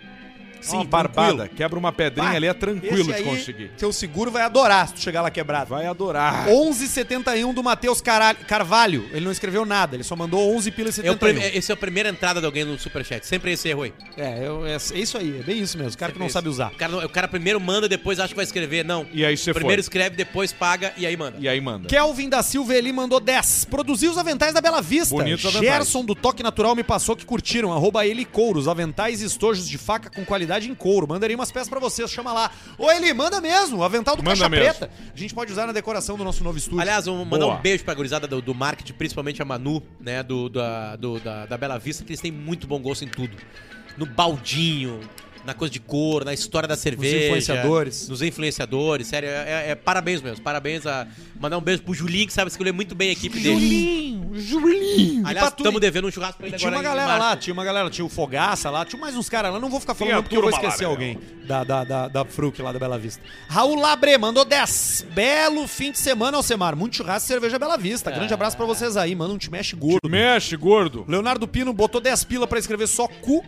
uma
tranquilo.
barbada. Quebra uma pedrinha
Bah,
ali, é
Esse
tranquilo
aí,
de conseguir.
Teu seguro vai adorar se tu chegar lá quebrado.
Vai adorar.
11,71 do Matheus Caralho- Carvalho. Ele não escreveu nada, ele só mandou 11 pila e
É o
71.
prime- esse é a primeira entrada de alguém no superchat. Sempre esse erro aí.
É, eu- é, é isso aí, é bem isso mesmo. O cara que não
Esse.
sabe usar.
O cara, não- o cara primeiro manda, depois acha que vai escrever. Não.
E aí você
primeiro é
foi.
escreve, depois paga e aí manda.
E aí manda.
Kelvin da Silva Eli mandou 10. Produziu os aventais da Bela Vista.
Bonitos aventais.
Gerson do Toque Natural me passou que curtiram. Arroba ele couro. Os aventais e estojos de faca com qualidade em couro. Mandarei umas peças pra vocês. Chama lá. Ô Eli, manda mesmo. O avental do
Manda
Caixa
mesmo.
Preta. A gente pode usar na decoração do nosso novo estúdio.
Aliás, vou mandar
Boa.
um beijo pra gurizada do, do marketing, principalmente a Manu, né, do, da, do- da, da Bela Vista, que eles têm muito bom gosto em tudo. No baldinho, na coisa de cor, na história da cerveja.
influenciadores.
Nos influenciadores, sério, é, é- é parabéns mesmo, parabéns. A, mandar um beijo pro Julinho, que sabe escolher muito bem a equipe dele.
Julinho.
Aliás,
E pra tu-
estamos devendo um churrasco pra ele
Tinha
agora
uma
em
galera lá,
março.
tinha uma galera, tinha o Fogaça lá, tinha mais uns caras lá, não vou ficar
Tem a
falando porque eu vou
turma lá,
esquecer
né,
alguém da, da, da, da Fruc lá da Bela Vista. Raul Labre mandou 10. Belo fim de semana, Alcemar. Muito churrasco e cerveja Bela Vista.
É.
Grande abraço pra vocês aí, manda um te mexe gordo.
Mexe, gordo.
Leonardo Pino botou 10 pila pra escrever só
*laughs*
cu.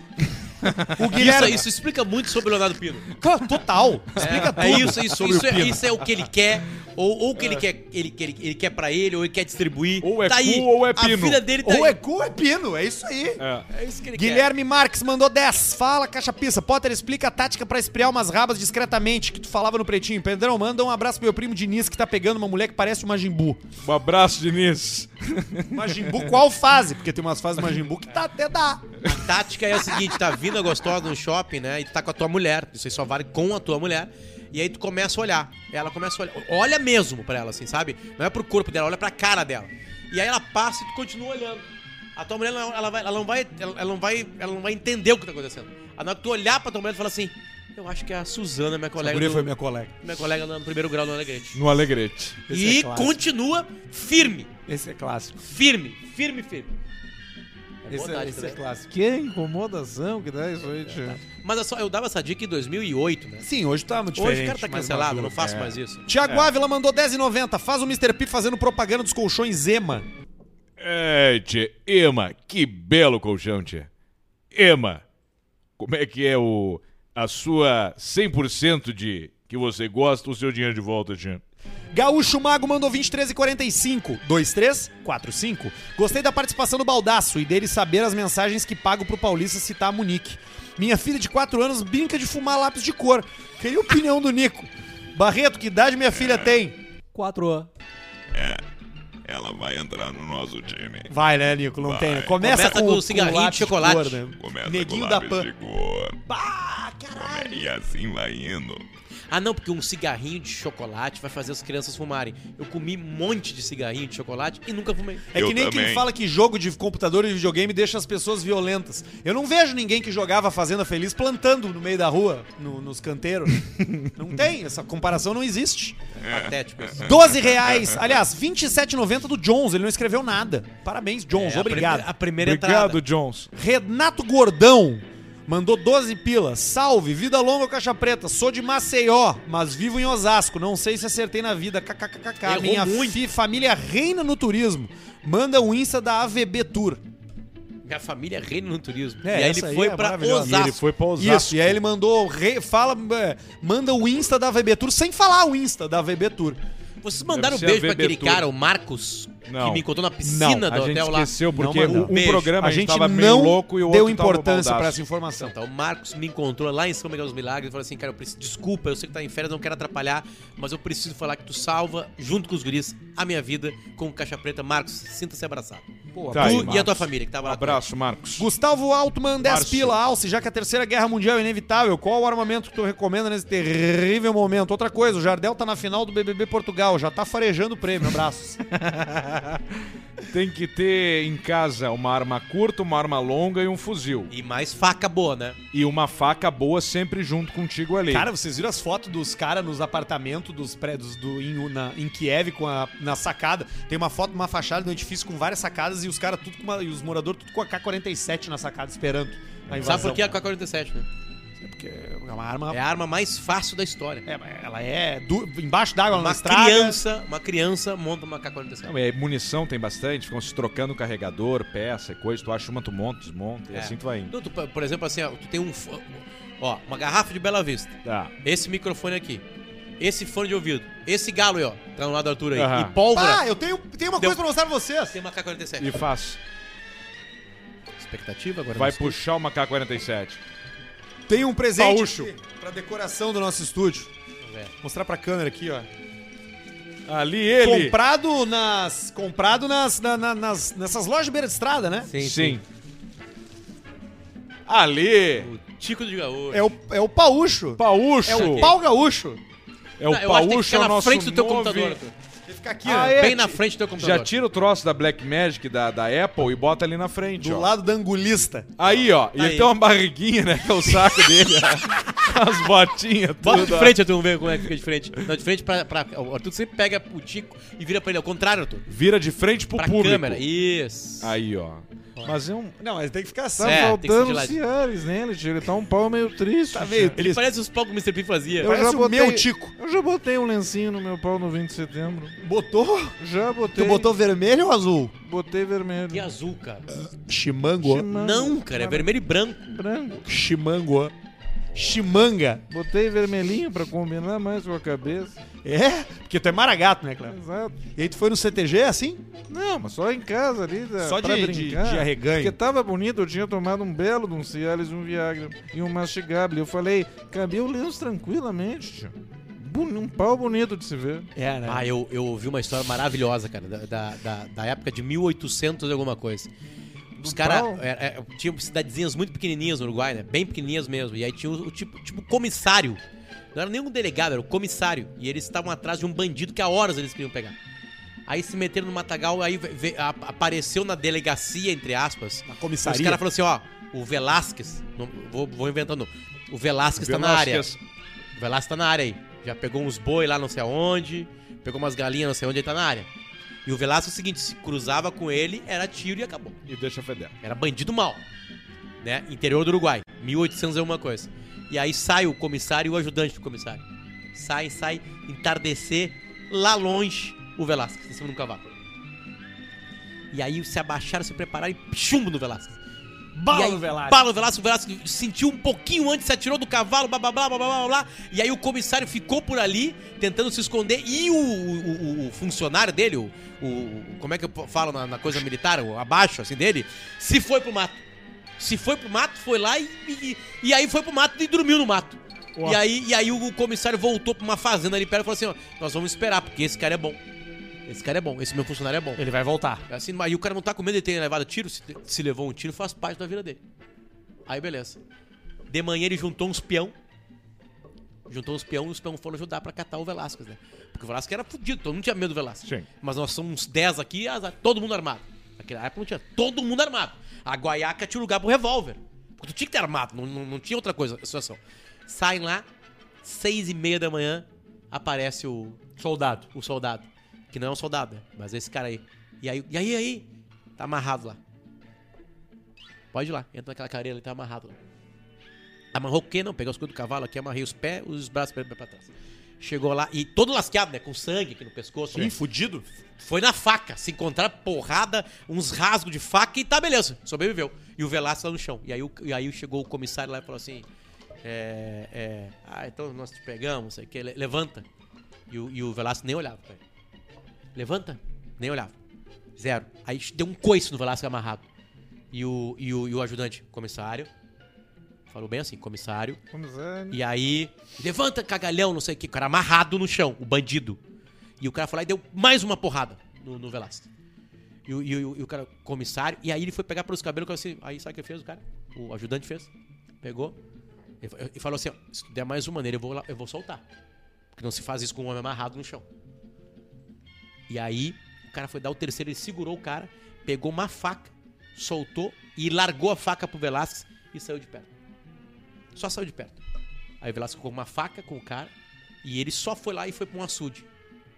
O
Isso,
Guilherme.
isso explica muito sobre o Leonardo Pino.
Cara, Total. Explica tudo.
É isso, isso, isso, é, isso é o que ele quer, ou, ou o que ele quer, ele, que ele, ele quer pra ele, ou ele quer distribuir. Tá
Ou é cu ou é
A
pino.
vida dele tá
Ou é
aí.
cu ou é pino, é isso aí.
É isso que ele
Guilherme Marques mandou 10. Fala, caixa pizza. Potter, explica a tática pra esfriar umas rabas discretamente que tu falava no pretinho. Pedrão, manda um abraço pro meu primo Diniz que tá pegando uma mulher que parece uma Jimbu.
Um abraço, Diniz.
Uma Jimbu qual fase? Porque tem umas fases de uma Jimbu que tá até dá.
A tática é a seguinte: tá vindo a gostosa no shopping, né? E tu tá com a tua mulher. Isso aí só vale com a tua mulher. E aí tu começa a olhar. Ela começa a olhar. Olha mesmo pra ela, assim, sabe? Não é pro corpo dela, olha pra cara dela. E aí ela passa e tu continua olhando. A tua mulher, ela, ela vai, ela, não vai, ela, ela não vai, ela não vai entender o que tá acontecendo. A hora que tu olhar pra tua mulher, tu fala assim: Eu acho que é a Suzana, minha colega. do-
minha colega.
minha colega no primeiro grau do Alegrete.
No Alegrete.
Esse
e
é clássico.
continua firme,
Esse é clássico.
firme, firme, firme. É boa tática, né?
clássico. Que incomodação que dá isso aí, tio.
Mas eu, só, eu dava essa dica em 2008, né?
Sim, hoje tá muito
Hoje o cara tá cancelado, eu não faço
é.
mais isso.
Tiago Ávila mandou 10,90. Faz o Mr. P fazendo propaganda dos colchões Zema.
É, tchê. Ema, que belo colchão, tchê. Ema, como é que é o a sua 100% de que você gosta, o seu dinheiro de volta, tchê?
Gaúcho Mago mandou 23 e 45. 2345. Gostei da participação do Baldaço e dele saber as mensagens que pago pro Paulista citar a Munique. Minha filha de 4 anos brinca de fumar lápis de cor. é Queria opinião do Nico. Barreto, que idade minha filha tem?
Quatro.
ela vai entrar no nosso time.
Vai, né, Nico? Não
Vai.
tem. né? Começa,
Começa com
com
o cigarrinho de
lápis
chocolate.
cor, né?
Começa
Neguinho
com
da
lápis
Pan.
de cor.
Bah, caralho.
E assim vai indo.
Ah, não, porque um cigarrinho de chocolate vai fazer as crianças fumarem. Eu comi um monte de cigarrinho de chocolate e nunca fumei.
É
Eu
que nem quem
também.
fala que jogo de computador e videogame deixa as pessoas violentas. Eu não vejo ninguém que jogava Fazenda Feliz plantando no meio da rua, no- nos
*laughs*
canteiros. não tem, essa comparação não existe.
É.
Patético isso.
12 reais, aliás, 27,90 do Jones, ele não escreveu nada. Parabéns, Jones,
É, a
obrigado.
prime- A primeira
Obrigado,
entrada.
Jones.
Renato Gordão mandou 12 pilas. Salve, vida longa ou caixa preta. Sou de Maceió, mas vivo em Osasco. Não sei se acertei na vida. KKKKK.
Errou
Minha
muito.
fi- família reina no turismo. Manda um Insta da AVB Tour.
Minha família reina no turismo.
É,
e aí
essa
ele
aí
foi
é
pra
maravilhosa.
Osasco.
E ele foi pra Osasco.
Isso, e aí ele mandou, re- fala, é, manda o Insta da AVB Tour, sem falar o Insta da AVB Tour.
Vocês mandaram um
Deve ser
beijo pra
a
aquele
Bebetura.
cara, o Marcos,
Não.
que me encontrou na piscina
a
do
gente
hotel lá.
esqueceu,
Não
porque
mandou.
um, um
Beijo.
programa
A gente
tava meio
não
louco e o
deu
outro tava Tá.
importância pra
baldaço.
essa informação.
Então, o Marcos me encontrou lá em São Miguel dos Milagres e falou assim: Cara, eu preciso, desculpa, eu sei que tá em férias, não quero atrapalhar, mas eu preciso falar que tu salva, junto com os guris, a minha vida com o Caixa Preta. Marcos, sinta-se abraçado.
Tá aí,
tu e a tua
Marcos.
família que tava lá.
Abraço, Marcos.
Gustavo Altman, 10
Márcio.
pila, alce, já que a terceira guerra mundial é inevitável, qual o armamento que tu recomenda nesse terrível momento? Outra coisa, o Jardel tá na final do BBB Portugal, já tá farejando o prêmio, abraços.
Tem que ter em casa uma arma curta, uma arma longa e um fuzil.
E mais faca boa, né?
E uma faca boa sempre junto contigo ali.
cara, vocês viram as fotos dos caras nos apartamentos dos prédios do, em, na- em Kiev com a, na sacada? Tem uma foto de uma fachada de um edifício com várias sacadas e os caras tudo com uma- e os moradores tudo com a K-47 na sacada esperando a invasão.
Sabe por que é a K-47, né?
Porque é uma arma...
É a arma mais fácil da história.
é, ela é du- embaixo d'água, ela não
Uma
estraga.
criança, uma criança monta uma K-47.
Não, é, munição tem bastante, ficam se trocando carregador, peça e coisa. Tu acha uma, tu monta, desmonta, e
É.
assim tu vai indo.
Não, tu, por exemplo, assim, ó, tu tem um. fo- Ó, uma garrafa de Bela Vista.
Tá.
Esse microfone aqui. Esse fone de ouvido. Esse galo aí, ó. Tá no lado do Arthur aí.
Aham.
E pólvora.
Ah, eu tenho, tenho uma
Deu-
coisa pra mostrar pra vocês.
Tem uma K-47.
E faz.
Expectativa agora?
Vai
não sei.
puxar uma K-47.
Tem um presente
Gaúcho.
aqui pra decoração do nosso estúdio.
É.
Mostrar pra câmera aqui, ó.
Ali ele.
Comprado nas. Comprado nas, na- na- nas. Nessas lojas de beira de estrada, né?
Sim,
Sim. Ali.
O Tico de Gaúcho.
É o, é o paúcho.
Paúcho.
É o pau gaúcho.
É o
Não, eu acho que tem
Paúcho,
que ficar
é o
na
nosso
frente do teu
novo-
computador. Arthur.
Ele fica aqui,
Ah,
né?
é?
Bem na frente do teu computador.
Já tira o troço da Blackmagic, da, da Apple, e bota ali na frente,
Do
ó.
lado da angulista.
Aí, ó. E
Aí.
ele tem uma barriguinha, né? Que é o saco dele.
*laughs*
ó. As botinhas, tudo.
Bota de
ó.
frente, Arthur, vamos ver como é que fica de frente. Não, de frente pra. pra o Arthur sempre pega o Tico e vira pra ele. Ao contrário, Arthur.
Vira de frente pro
Pra
público.
câmera. Isso.
Aí, ó. Mas é um...
Não, mas tem que ficar assim.
É, tem que ser de lado.
Ciares
né,
nele, tio. Ele tá um pau meio triste.
Tá meio
Ele
triste.
parece os pau que o Mr. P fazia.
Parece
já
o
botei-
meu tico.
Eu já botei um lencinho no meu pau no 20 de setembro.
Botou?
Já botei.
Tu botou vermelho ou azul?
Botei vermelho.
Que azul, cara.
Chimango.
Chimango,
Não, cara. É vermelho e branco.
Branco.
Chimango. Chimanga.
Botei vermelhinho pra combinar mais com a cabeça.
É? Porque tu é maragato, né, Cleber?
Exato.
E aí tu foi no CTG assim?
Não, mas só em casa ali. da-
Só
pra
de- de-
brincar.
de arreganho.
Porque tava bonito, eu tinha tomado um belo de um Cialis e um Viagra. E um mastigável. Eu falei, cabia o lenço tranquilamente, tio. Boni- Um pau bonito de se ver.
É, né?
Ah, eu, eu ouvi uma história maravilhosa, cara, da, da, da, da época de 1800 e alguma coisa. Os caras
tá?
pau?
é, é, tinham cidadezinhas muito pequenininhas no Uruguai, né? Bem pequenininhas mesmo. E aí tinha o, o tipo, tipo comissário. Não era nenhum delegado, era o comissário. E eles estavam atrás de um bandido que há horas eles queriam pegar. Aí se meteram no matagal, aí ve- ve- a- apareceu na delegacia, entre aspas.
Na
Os
comissaria.
caras falaram assim, ó, o Velasquez, não- vou, vou inventando, o Velasquez tá na
é
área. O Velasco tá na área aí. Já pegou uns boi lá não sei aonde, pegou umas galinhas não sei onde, ele tá na área. E o Velasco é o seguinte, se cruzava com ele, era tiro e acabou.
E deixa feder.
Era bandido mal. Né? Interior do Uruguai, 1800 é uma coisa. E aí sai o comissário e o ajudante do comissário. Sai, sai, entardecer, lá longe, o Velasco, em cima de um cavalo. E aí se abaixaram, se prepararam e chumbo no Velasco. E aí,
Bala, Velasco.
Bala, o Velasco, o Velasco sentiu um pouquinho antes, se atirou do cavalo, blá blá blá blá blá blá. blá. E aí o comissário ficou por ali, tentando se esconder. E o, o- o- o funcionário dele, o, o- Como é que eu falo na, na coisa militar, o abaixo assim dele, se foi pro mato. Se foi pro mato, foi lá e, e, e aí foi pro mato e dormiu no mato. E aí, e aí o comissário voltou pra uma fazenda ali perto e falou assim: ó, nós vamos esperar, porque esse cara é bom. Esse cara é bom, esse meu funcionário é bom.
Ele vai voltar.
Assim, mas- e o cara não tá com medo de ter levado tiro, se, se levou um tiro, faz parte da vida dele. Aí beleza. De manhã ele juntou uns peão. Juntou uns peão e os peão foram ajudar pra catar o Velasquez, né? Porque o Velasquez era fudido, todo mundo tinha medo do Velasquez.
Sim.
Mas nós somos uns 10 aqui, azar, todo mundo armado. Naquela época não tinha todo mundo armado. A guaiaca tinha lugar pro revólver. Porque tu tinha que ter armado, não, não, não tinha outra coisa, situação. Saem lá, seis e meia da manhã, aparece o,
Soldado.
o soldado. Que não é um soldado, né? Mas é esse cara aí. E aí, e aí, e aí? Tá amarrado lá. Pode ir lá, entra naquela careira ali, tá amarrado lá. Amarrou o quê? Não, peguei os coisas do cavalo aqui, amarrei os pés, os braços pra, pra trás. Chegou lá, e todo lasqueado, né? Com sangue aqui no pescoço. né?
Ih, fudido.
Foi na faca, se encontrar porrada, uns rasgos de faca e tá beleza, sobreviveu. E o Velasco lá no chão. E aí, o- e aí chegou o comissário lá e falou assim: é, é, Ah, então nós te pegamos, não sei o que, levanta. E o, e o Velasco nem olhava pra ele. Levanta, nem olhava. Zero. Aí deu um coice no Velasco amarrado. E o, e o, e o ajudante, comissário, falou bem assim: comissário,
Comissário.
e aí, levanta, cagalhão, não sei o que, o cara amarrado no chão, o bandido. E o cara foi lá e deu mais uma porrada no, no Velasco. E, o- e o- e o cara, comissário, e aí ele foi pegar pelos cabelos, que eu assim, aí sabe o que fez o cara? O ajudante fez, pegou, e fa- e falou assim, ó, se tu der mais uma nele, eu vou, lá- eu vou soltar. Porque não se faz isso com um homem amarrado no chão. E aí, o cara foi dar o terceiro, ele segurou o cara, pegou uma faca, soltou e largou a faca pro Velasquez e saiu de perto. Só saiu de perto. Aí o Velasco ficou com uma faca com o cara e ele só foi lá e foi pra um açude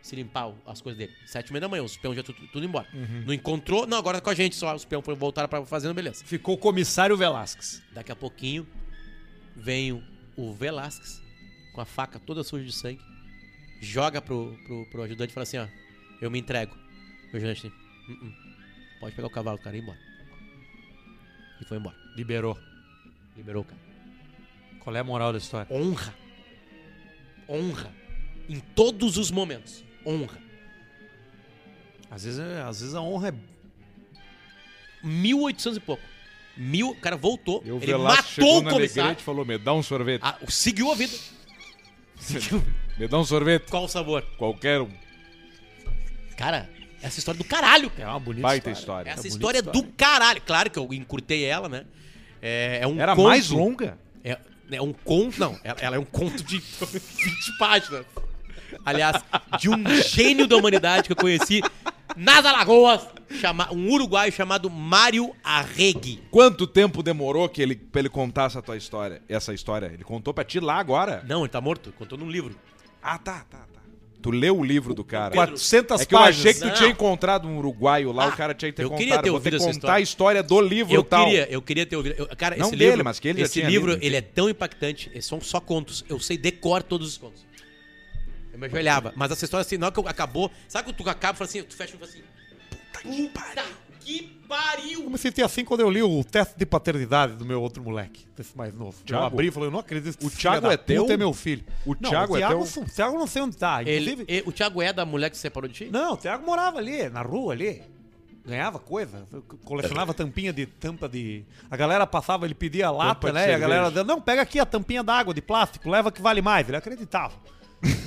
se limpar o- as coisas dele. Sete e meia da manhã, os peões já tudo, tudo embora. Não encontrou, não, agora tá com a gente só. Os peões foram- voltaram pra fazenda, beleza.
Ficou o comissário Velasquez.
Daqui a pouquinho vem o- o Velasquez com a faca toda suja de sangue, joga pro, pro, pro ajudante e fala assim: ó, eu me entrego. E O ajudante, "Hum, hum, pode pegar o cavalo do cara e ir embora. E foi embora.
Liberou.
Liberou o cara.
Qual é a moral da história?
Honra. Honra. Em todos os momentos. Honra.
Às vezes, é- às vezes a honra é
1800 e pouco. Mil, o cara voltou,
E o
ele
Velasco chegou
matou o
na
comissário,
Negrete e falou: me dá um sorvete.
ah, seguiu a vida.
Me dá um sorvete.
*laughs* Qual o sabor?
Qualquer um.
Cara, essa história é do caralho, cara.
É uma bonita
Baita
história.
história.
Essa
bonita
história é do caralho. Claro que eu encurtei ela, né? É, é um
Era
conto-
mais longa?
É, é um conto. Não, ela, ela é um conto de 20 páginas. Aliás, de um gênio da humanidade que eu conheci nas Alagoas, chama, um uruguaio chamado Mário Arregui.
Quanto tempo demorou que ele, pra ele contar essa tua história? Essa história? Ele contou pra ti lá agora?
Não, ele tá morto, contou num livro.
Ah, tá, tá, tá. Tu leu o livro do cara.
400
É que eu achei
páginas.
que tu
Não.
tinha encontrado um uruguaio lá,
Ah,
o cara tinha que ter
eu
contado.
queria ter
Eu vou ter
ouvido essa
contar a história do livro
Eu
tal.
queria, eu queria ter ouvido. eu- cara,
Não
esse
dele,
livro,
mas que ele já
esse
tinha
livro,
lido,
ele é tão impactante. esses São só contos. Eu sei decor todos os contos. Eu me ajoelhava. Mas essa história, assim, na hora que eu- acabou, sabe quando tu acaba, fala assim, tu fecha e fala assim, puta que pariu!
Eu me senti assim quando eu li o teste de paternidade do meu outro moleque, desse mais novo.
Thiago?
Eu abri e falei, eu não acredito que
O
esse
Thiago
filho da
é teu?
puta é meu filho.
O
não,
Thiago
o
é
Thiago,
teu?
o Thiago não sei onde tá.
Ele,
Inclusive,
e- o Thiago é da mulher que se separou de ti?
Não, o Thiago morava ali, na rua ali. Ganhava coisa, colecionava tampinha de tampa de. A galera passava, ele pedia a lata,
de
né? E a
cerveja.
galera dizia, não, pega aqui a tampinha d'água de plástico, leva que vale mais. Ele acreditava.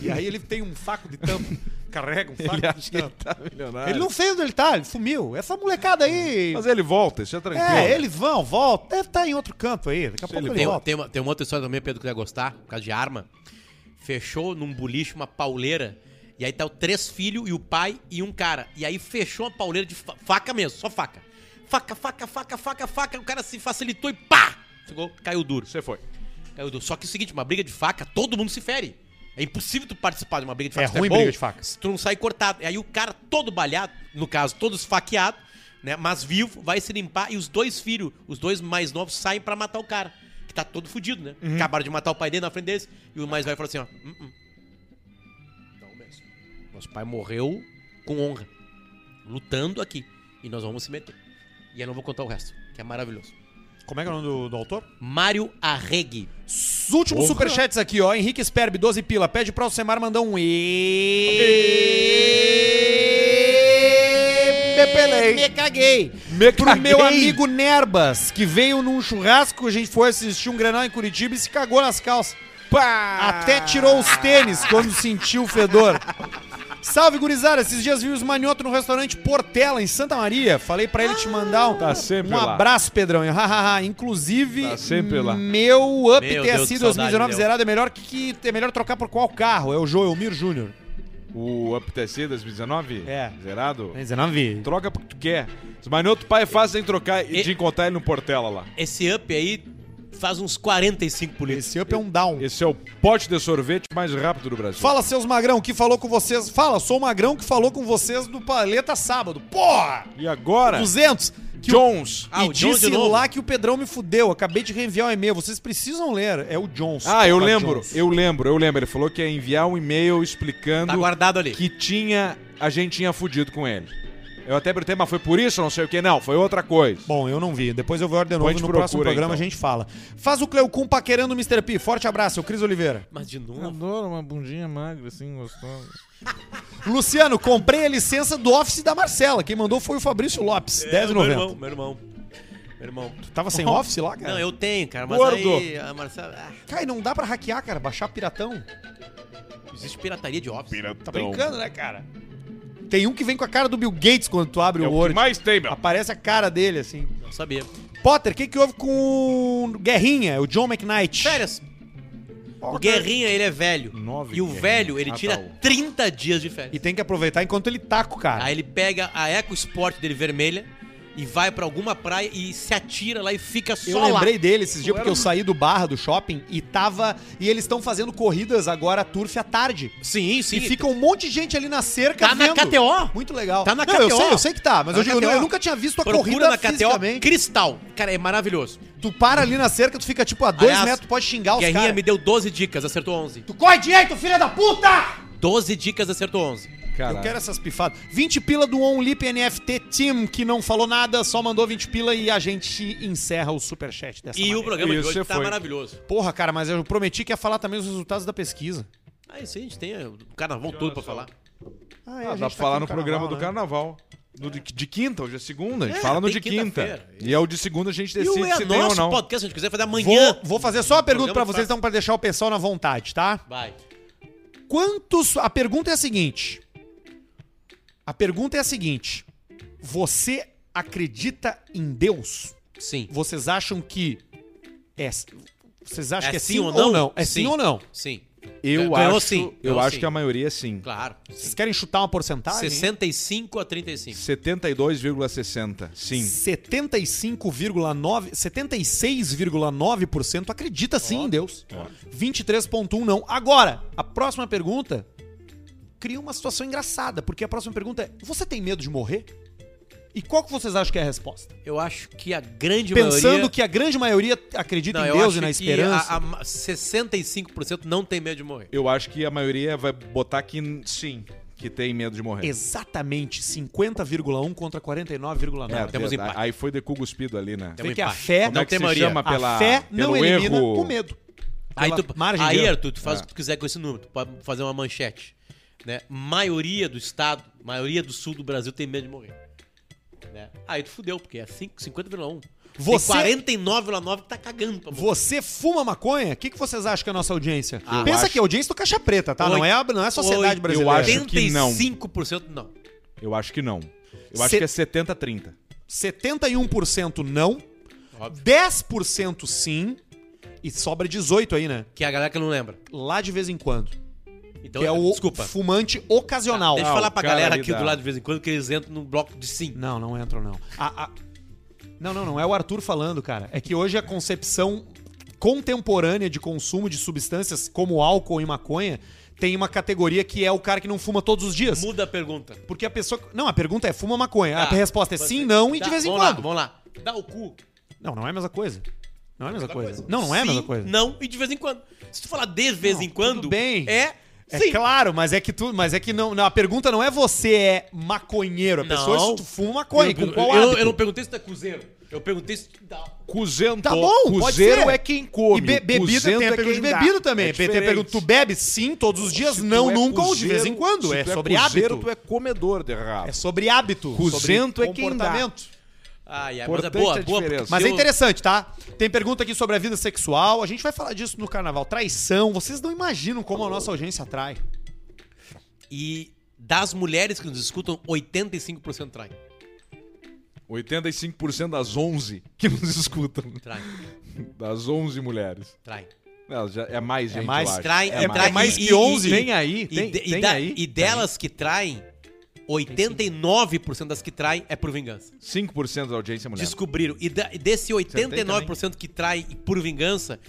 E aí ele tem um saco de tampa, *laughs* carrega um saco
Ele
de
acha que ele
tampa.
tá milionário.
Ele não sei onde ele tá, ele sumiu. Essa molecada aí.
Mas ele volta, isso é tranquilo.
É, eles vão, voltam. Deve estar em outro canto aí. Daqui a pouco
ele
ele,
Tem,
volta.
tem uma, tem uma outra história também, Pedro, que você vai gostar, por causa de arma. Fechou num boliche uma pauleira. E aí tá o três filhos e o pai e um cara. E aí fechou uma pauleira de fa- faca mesmo, só faca. Faca, faca, faca, faca, faca. O cara se facilitou e pá! Chegou, caiu duro.
Você foi.
Caiu duro. Só que é o seguinte, uma briga de faca, todo mundo se fere. É impossível tu participar de uma briga de faca.
É
se tu
ruim
bom,
briga de faca.
Se tu não sai cortado. E aí o cara todo balhado, no caso, todo esfaqueado, né? Mas vivo, vai se limpar e os dois filhos, os dois mais novos, saem pra matar o cara. Que tá todo fudido, né?
Uhum.
Acabaram de matar o pai dele na frente deles. E o mais velho falou assim, ó. "Hum, hum. Não mesmo. Nosso pai morreu com honra. Lutando aqui. E nós vamos se meter. E eu não vou contar o resto, que é maravilhoso.
Como é que é o nome do, do autor?
Mário Arregui.
Os últimos superchats aqui, ó. Henrique Sperb, 12 pila. Pede pra Alcemar mandar um e. Pepelei. Me caguei.
Me
Pro meu amigo Nerbas, que veio num churrasco, a gente foi assistir um Grenal em Curitiba e se cagou nas calças. Até tirou os tênis quando sentiu o fedor. Salve, gurizada. Esses dias vi os manioto no restaurante Portela, em Santa Maria. Falei pra ele te mandar um,
Tá sempre
um
lá.
abraço, Pedrão. E hahaha, Inclusive,
Tá sempre lá.
meu up
Meu
ter
Deus,
sido
que saudade,
2019
meu.
zerado é melhor que é melhor trocar por qual carro? É o Joelmir Júnior.
O UpTC 2019?
É.
Zerado?
19.
Troca porque tu quer. Mas outro pai é fácil de trocar e de encontrar ele no Portela lá.
Esse up aí faz uns 45 por litro.
Esse up é um down.
Esse é o pote de sorvete mais rápido do Brasil.
Fala, seus magrão, que falou com vocês. Fala, sou o magrão que falou com vocês do Paleta sábado. Porra!
E agora,
200. Que o-
Jones.
Ah,
e
o John
disse
de novo.
lá que o Pedrão me fudeu. Acabei de reenviar o e-mail. Vocês precisam ler. É o Jones.
Ah, eu
Opa,
lembro,
Jones.
eu lembro, eu lembro. Ele falou que ia enviar um e-mail explicando
Tá guardado ali.
que tinha a gente tinha fudido com ele. Eu até perguntei, mas foi por isso, não sei o que. Não, foi outra coisa.
Bom, eu não vi. Depois eu vou olhar de novo
Põe
e no
de
próximo
procura aí,
programa
então.
a gente fala. Faz o Cleocum paquerando o Mr. P. Forte abraço, Cris Oliveira.
Mas de novo. É,
Adoro uma bundinha magra assim, gostosa.
Luciano, comprei a licença do Office da Marcela. Quem mandou foi o Fabrício Lopes,
É,
10 de
Meu
novembro.
irmão, meu irmão. Meu irmão.
Tava sem Office lá, cara?
*laughs* Não, eu tenho, cara, mas
Gordo.
aí a Marcela... Ah,
Cara, e não dá pra hackear, cara. Baixar piratão.
existe pirataria de Office.
Tá brincando, né, cara? Tem um que vem com a cara do Bill Gates quando tu abre
É
o
o
Word.
que mais tem,
Ah,
meu.
Aparece a cara dele, assim.
Não sabia.
Potter, o que, que houve com o Guerrinha, o John McKnight?
Férias. O Guerrinha, ele é velho.
Nove
e o
Guerrinha.
velho, ele
Ah,
tira
tá, o-
30 dias de
E
férias.
tem que aproveitar enquanto ele tá com o cara.
Aí ele pega a Eco Sport dele vermelha e vai pra alguma praia e se atira lá e fica só
Eu
lá.
lembrei dele esses dias porque eu saí do barra do shopping e tava. E eles estão fazendo corridas agora turf à tarde.
Sim, sim.
e fica um monte de gente ali na cerca.
Tá na
vendo.
KTO?
Muito legal.
Tá na
Não, eu
KTO?
sei, eu sei que tá, mas eu,
Tá na
digo, eu,
KTO?
eu nunca tinha visto a
Procura
corrida
na KTO
fisicamente.
Cristal. Cara, é maravilhoso.
Tu para ali na cerca, tu fica tipo a dois
Aliás,
metros, tu pode xingar os
Guerrinha
caras.
me deu 12 dicas, acertou 11.
Tu corre direito, filha da puta!
12 dicas, acertou 11.
Caralho.
Eu quero essas pifadas. 20 pila do OnLip NFT Team, que não falou nada, só mandou 20 pila e a gente encerra o superchat dessa
E
maneira.
o programa
Isso,
de
você
hoje tá
foi.
maravilhoso.
Porra, cara, mas eu prometi que ia falar também os resultados da pesquisa.
Ah, isso aí a gente tem é, o carnaval todo pra falar.
Ah,
tá
Ah, dá pra falar no programa do carnaval. No de, de quinta, hoje é segunda, a gente fala no
né? tem
de quinta.
quinta-feira.
E é o de segunda a gente
E
decide
o é
se tem ou
nosso
não.
podcast, se a gente quiser fazer amanhã.
Vou, vou fazer só uma pergunta pra
Programa
vocês,
fácil.
então, pra deixar o pessoal na vontade, tá?
Vai.
Quantos. A pergunta é a seguinte. A pergunta é a seguinte. Você acredita em Deus?
Sim.
vocês acham que é vocês acham
É
que é
sim
sim
ou
ou
não?
não? É sim,
Sim.
ou não?
Sim.
Eu
Ganhou
acho,
sim,
eu
ganhou
acho
sim.
que a maioria é sim.
Claro.
Vocês querem chutar uma porcentagem?
65 a 35.
72,60. Sim.
75,9, 76,9% acredita sim em Deus. 23,1 não. Agora, a próxima pergunta cria uma situação engraçada, porque a próxima pergunta é: você tem medo de morrer? E qual que vocês acham que é a resposta?
Eu acho que a grande
Pensando
maioria...
que a grande maioria acredita
Não,
em
eu
Deus
acho
e na
que
esperança.
a- a ma- 65% não tem medo de morrer.
Eu acho que a maioria vai botar que n- sim, que tem medo de morrer.
Exatamente 50,1 contra 49,9.
É,
temos
verdade.
empate.
Aí foi de cu cuspido ali, né?
Temos
Vê que a
empate.
fé-
Como
não
é que
tem
se
maioria.
chama pela,
a fé não
pelo
elimina
erro?
o medo.
Aí,
Pela
tu,
é margem de
aí
erro. É.
Arthur, tu faz o que tu quiser com esse número. Tu pode fazer uma manchete. Né? Maioria do estado, maioria do sul do Brasil tem medo de morrer. Né? Aí tu fudeu, porque é cinco- 50,1.
Você-
Tem 49,9 que tá cagando pra morrer.
Você fuma maconha? O que, que vocês acham que é a nossa audiência?
Ah, eu
Pensa
acho-
que é audiência do Caixa Preta, tá? Não é, a, não é a sociedade
Oito-
brasileira.
eu acho que não.
85% não.
Eu acho que não. Eu acho
Se-
que é 70 30.
71% não, 10% sim, e sobra 18 aí, né?
Que é a galera que não lembra.
Lá de vez em quando.
Então,
Que é o
desculpa.
fumante
Tá,
ocasional.
Deixa eu
Ah,
falar
o
pra
cara
galera
ali
aqui
da-
do lado de vez em quando que eles entram num bloco de sim.
Não, não entram, não. A- a- Não, não, não. É o Arthur falando, cara. É que hoje a concepção contemporânea de consumo de substâncias como álcool e maconha tem uma categoria que é o cara que não fuma todos os dias.
Muda a pergunta.
Porque a pessoa. Não, a pergunta é: fuma maconha? a
Tá.
resposta é sim, não e
Tá,
de vez em
vamos
quando.
Lá, vamos lá. Dá o cu.
Não, não é a mesma coisa. Não é a mesma coisa. Não, não é a mesma
Sim,
coisa.
Não e de vez em quando. Se tu falar de vez em quando,
tudo bem.
é
É
sim.
claro, mas é que tu, mas é que não, não, a pergunta não é você é maconheiro, a
Não.
pessoa é se tu fuma maconha,
eu,
com qual
eu,
hábito?
eu não perguntei se tu é cozeiro. Eu perguntei se tu dá. um-
Cuzento.
Tá bom, pode
Cuzeiro
ser.
é quem come.
E be- bebida
cuzento
tem a
é
pergunta de
quem dá.
bebida também.
É
tem a
diferente.
pergunta, tu bebe sim todos os dias?
Se tu
não,
é
nunca, ou de
cuzeiro,
vez em quando.
se
É
tu
sobre
cuzeiro,
hábito.
tu é comedor de rabo.
É sobre hábito.
Cuzento
sobre
é quem dá.
comportamento.
Ai, ai, mas é
Importante
boa,
a
boa.
diferença.
Mas é
eu-
interessante, tá? Tem pergunta aqui sobre a vida sexual. A gente vai falar disso no carnaval. Traição. Vocês não imaginam como a nossa audiência atrai.
E das mulheres que nos escutam, 85% traem.
85% das 11 que nos *laughs* escutam.
Traem,
Das 11 mulheres.
traem.
Não, já- é mais gente,
mais,
eu acho.
Traem,
É
traem.
mais
e-
que
e- e-
11.
Tem aí,
E,
tem,
de- e
tem
da-
aí.
e delas que traem, 89% das que traem é por vingança.
5% da audiência é mulher.
Descobriram. E, da- e desse 89% que trai por vingança,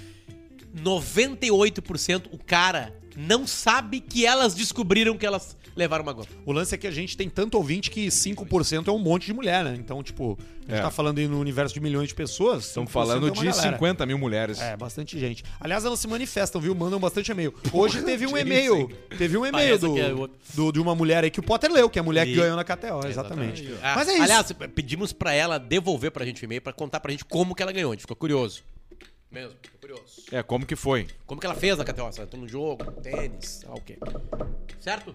98% o cara não sabe que elas descobriram que elas levaram uma golpe.
O lance é que a gente tem tanto ouvinte que 5% é um monte de mulher, né? Então, tipo, a gente
É.
tá falando aí no universo de milhões de pessoas.
Estão
5%
falando
é uma
de
galera.
50 mil mulheres.
É, bastante gente. Aliás, elas se manifestam, viu? Mandam bastante e-mail.
*laughs*
Hoje teve um e-mail. Teve um e-mail
Parece que é
do,
outro.
do- de uma mulher aí que o Potter leu, que é a mulher que
E-
ganhou na KTO, exatamente.
Ah,
Mas é isso.
Aliás, pedimos pra ela devolver pra gente o e-mail pra contar pra gente como que ela ganhou. A gente ficou curioso. Mesmo, ficou curioso.
É, como que foi?
Como que ela fez na KTO? Se ela entrou no jogo, tênis, sei lá o quê. Certo?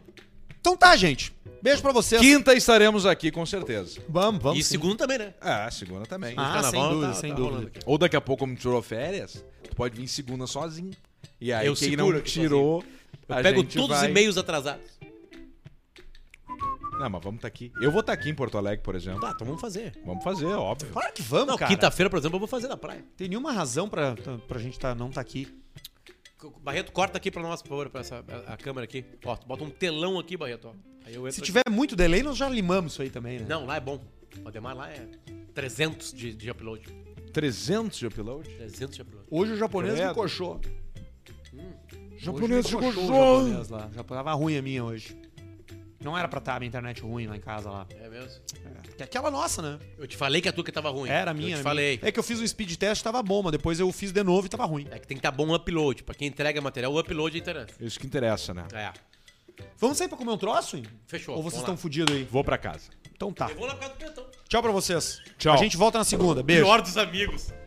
Então tá, gente. Beijo pra vocês.
Quinta estaremos aqui, com certeza.
Vamos, vamos.
e
sim.
segundo também, né?
Ah, segunda também.
Ah, sem
Carnaval
dúvida, sem
rolando
dúvida.
aqui.
Ou daqui a pouco, como tirou férias, tu pode vir segunda sozinho. E aí,
Eu
quem
seguro
não
aqui
tirou.
Eu
a
pego
gente
todos os
vai-
e-mails atrasados.
Não, mas vamos estar aqui. Eu vou estar aqui em Porto Alegre, por exemplo.
Tá, então vamos fazer.
Vamos fazer, óbvio.
Claro que vamos,
Não,
cara.
quinta-feira, por exemplo, eu vou fazer na praia.
Tem nenhuma razão pra, pra gente tá, não tá aqui.
Barreto, corta aqui pra nós, por favor, pra essa, a, a câmera aqui. Ó, tu bota um telão aqui, Barreto, ó. Aí eu entro
Se
aqui.
tiver muito delay, nós já limamos isso aí também, né?
Não, lá é bom. O Demar lá é 300 de, de upload.
300 de upload?
300 de upload.
Hoje o japonês
Credo.
me coxou.
Japonês
Hum.
Hoje
de
me coxou o
coxão.
japonês lá. Já tava ruim a minha hoje. Não era pra estar a minha internet ruim lá em casa lá.
É mesmo?
Que é Aquela nossa, né?
Eu te falei que a tua que tava ruim.
Era a minha.
Eu
era
te
a
falei.
minha. É que eu fiz um speed test, tava bom, mas depois eu fiz de novo e tava ruim.
É que tem que estar tá bom o upload. Pra quem entrega material, o upload é interessa.
Isso que interessa, né?
É.
Vamos sair pra comer um troço? hein?
Fechou,
Ou vocês
vamos lá.
estão fudidos aí?
Vou pra casa.
Então tá.
Eu vou lá por causa do Pietão.
Tchau pra vocês.
Tchau.
A gente volta na segunda. Beijo.
Pior dos amigos.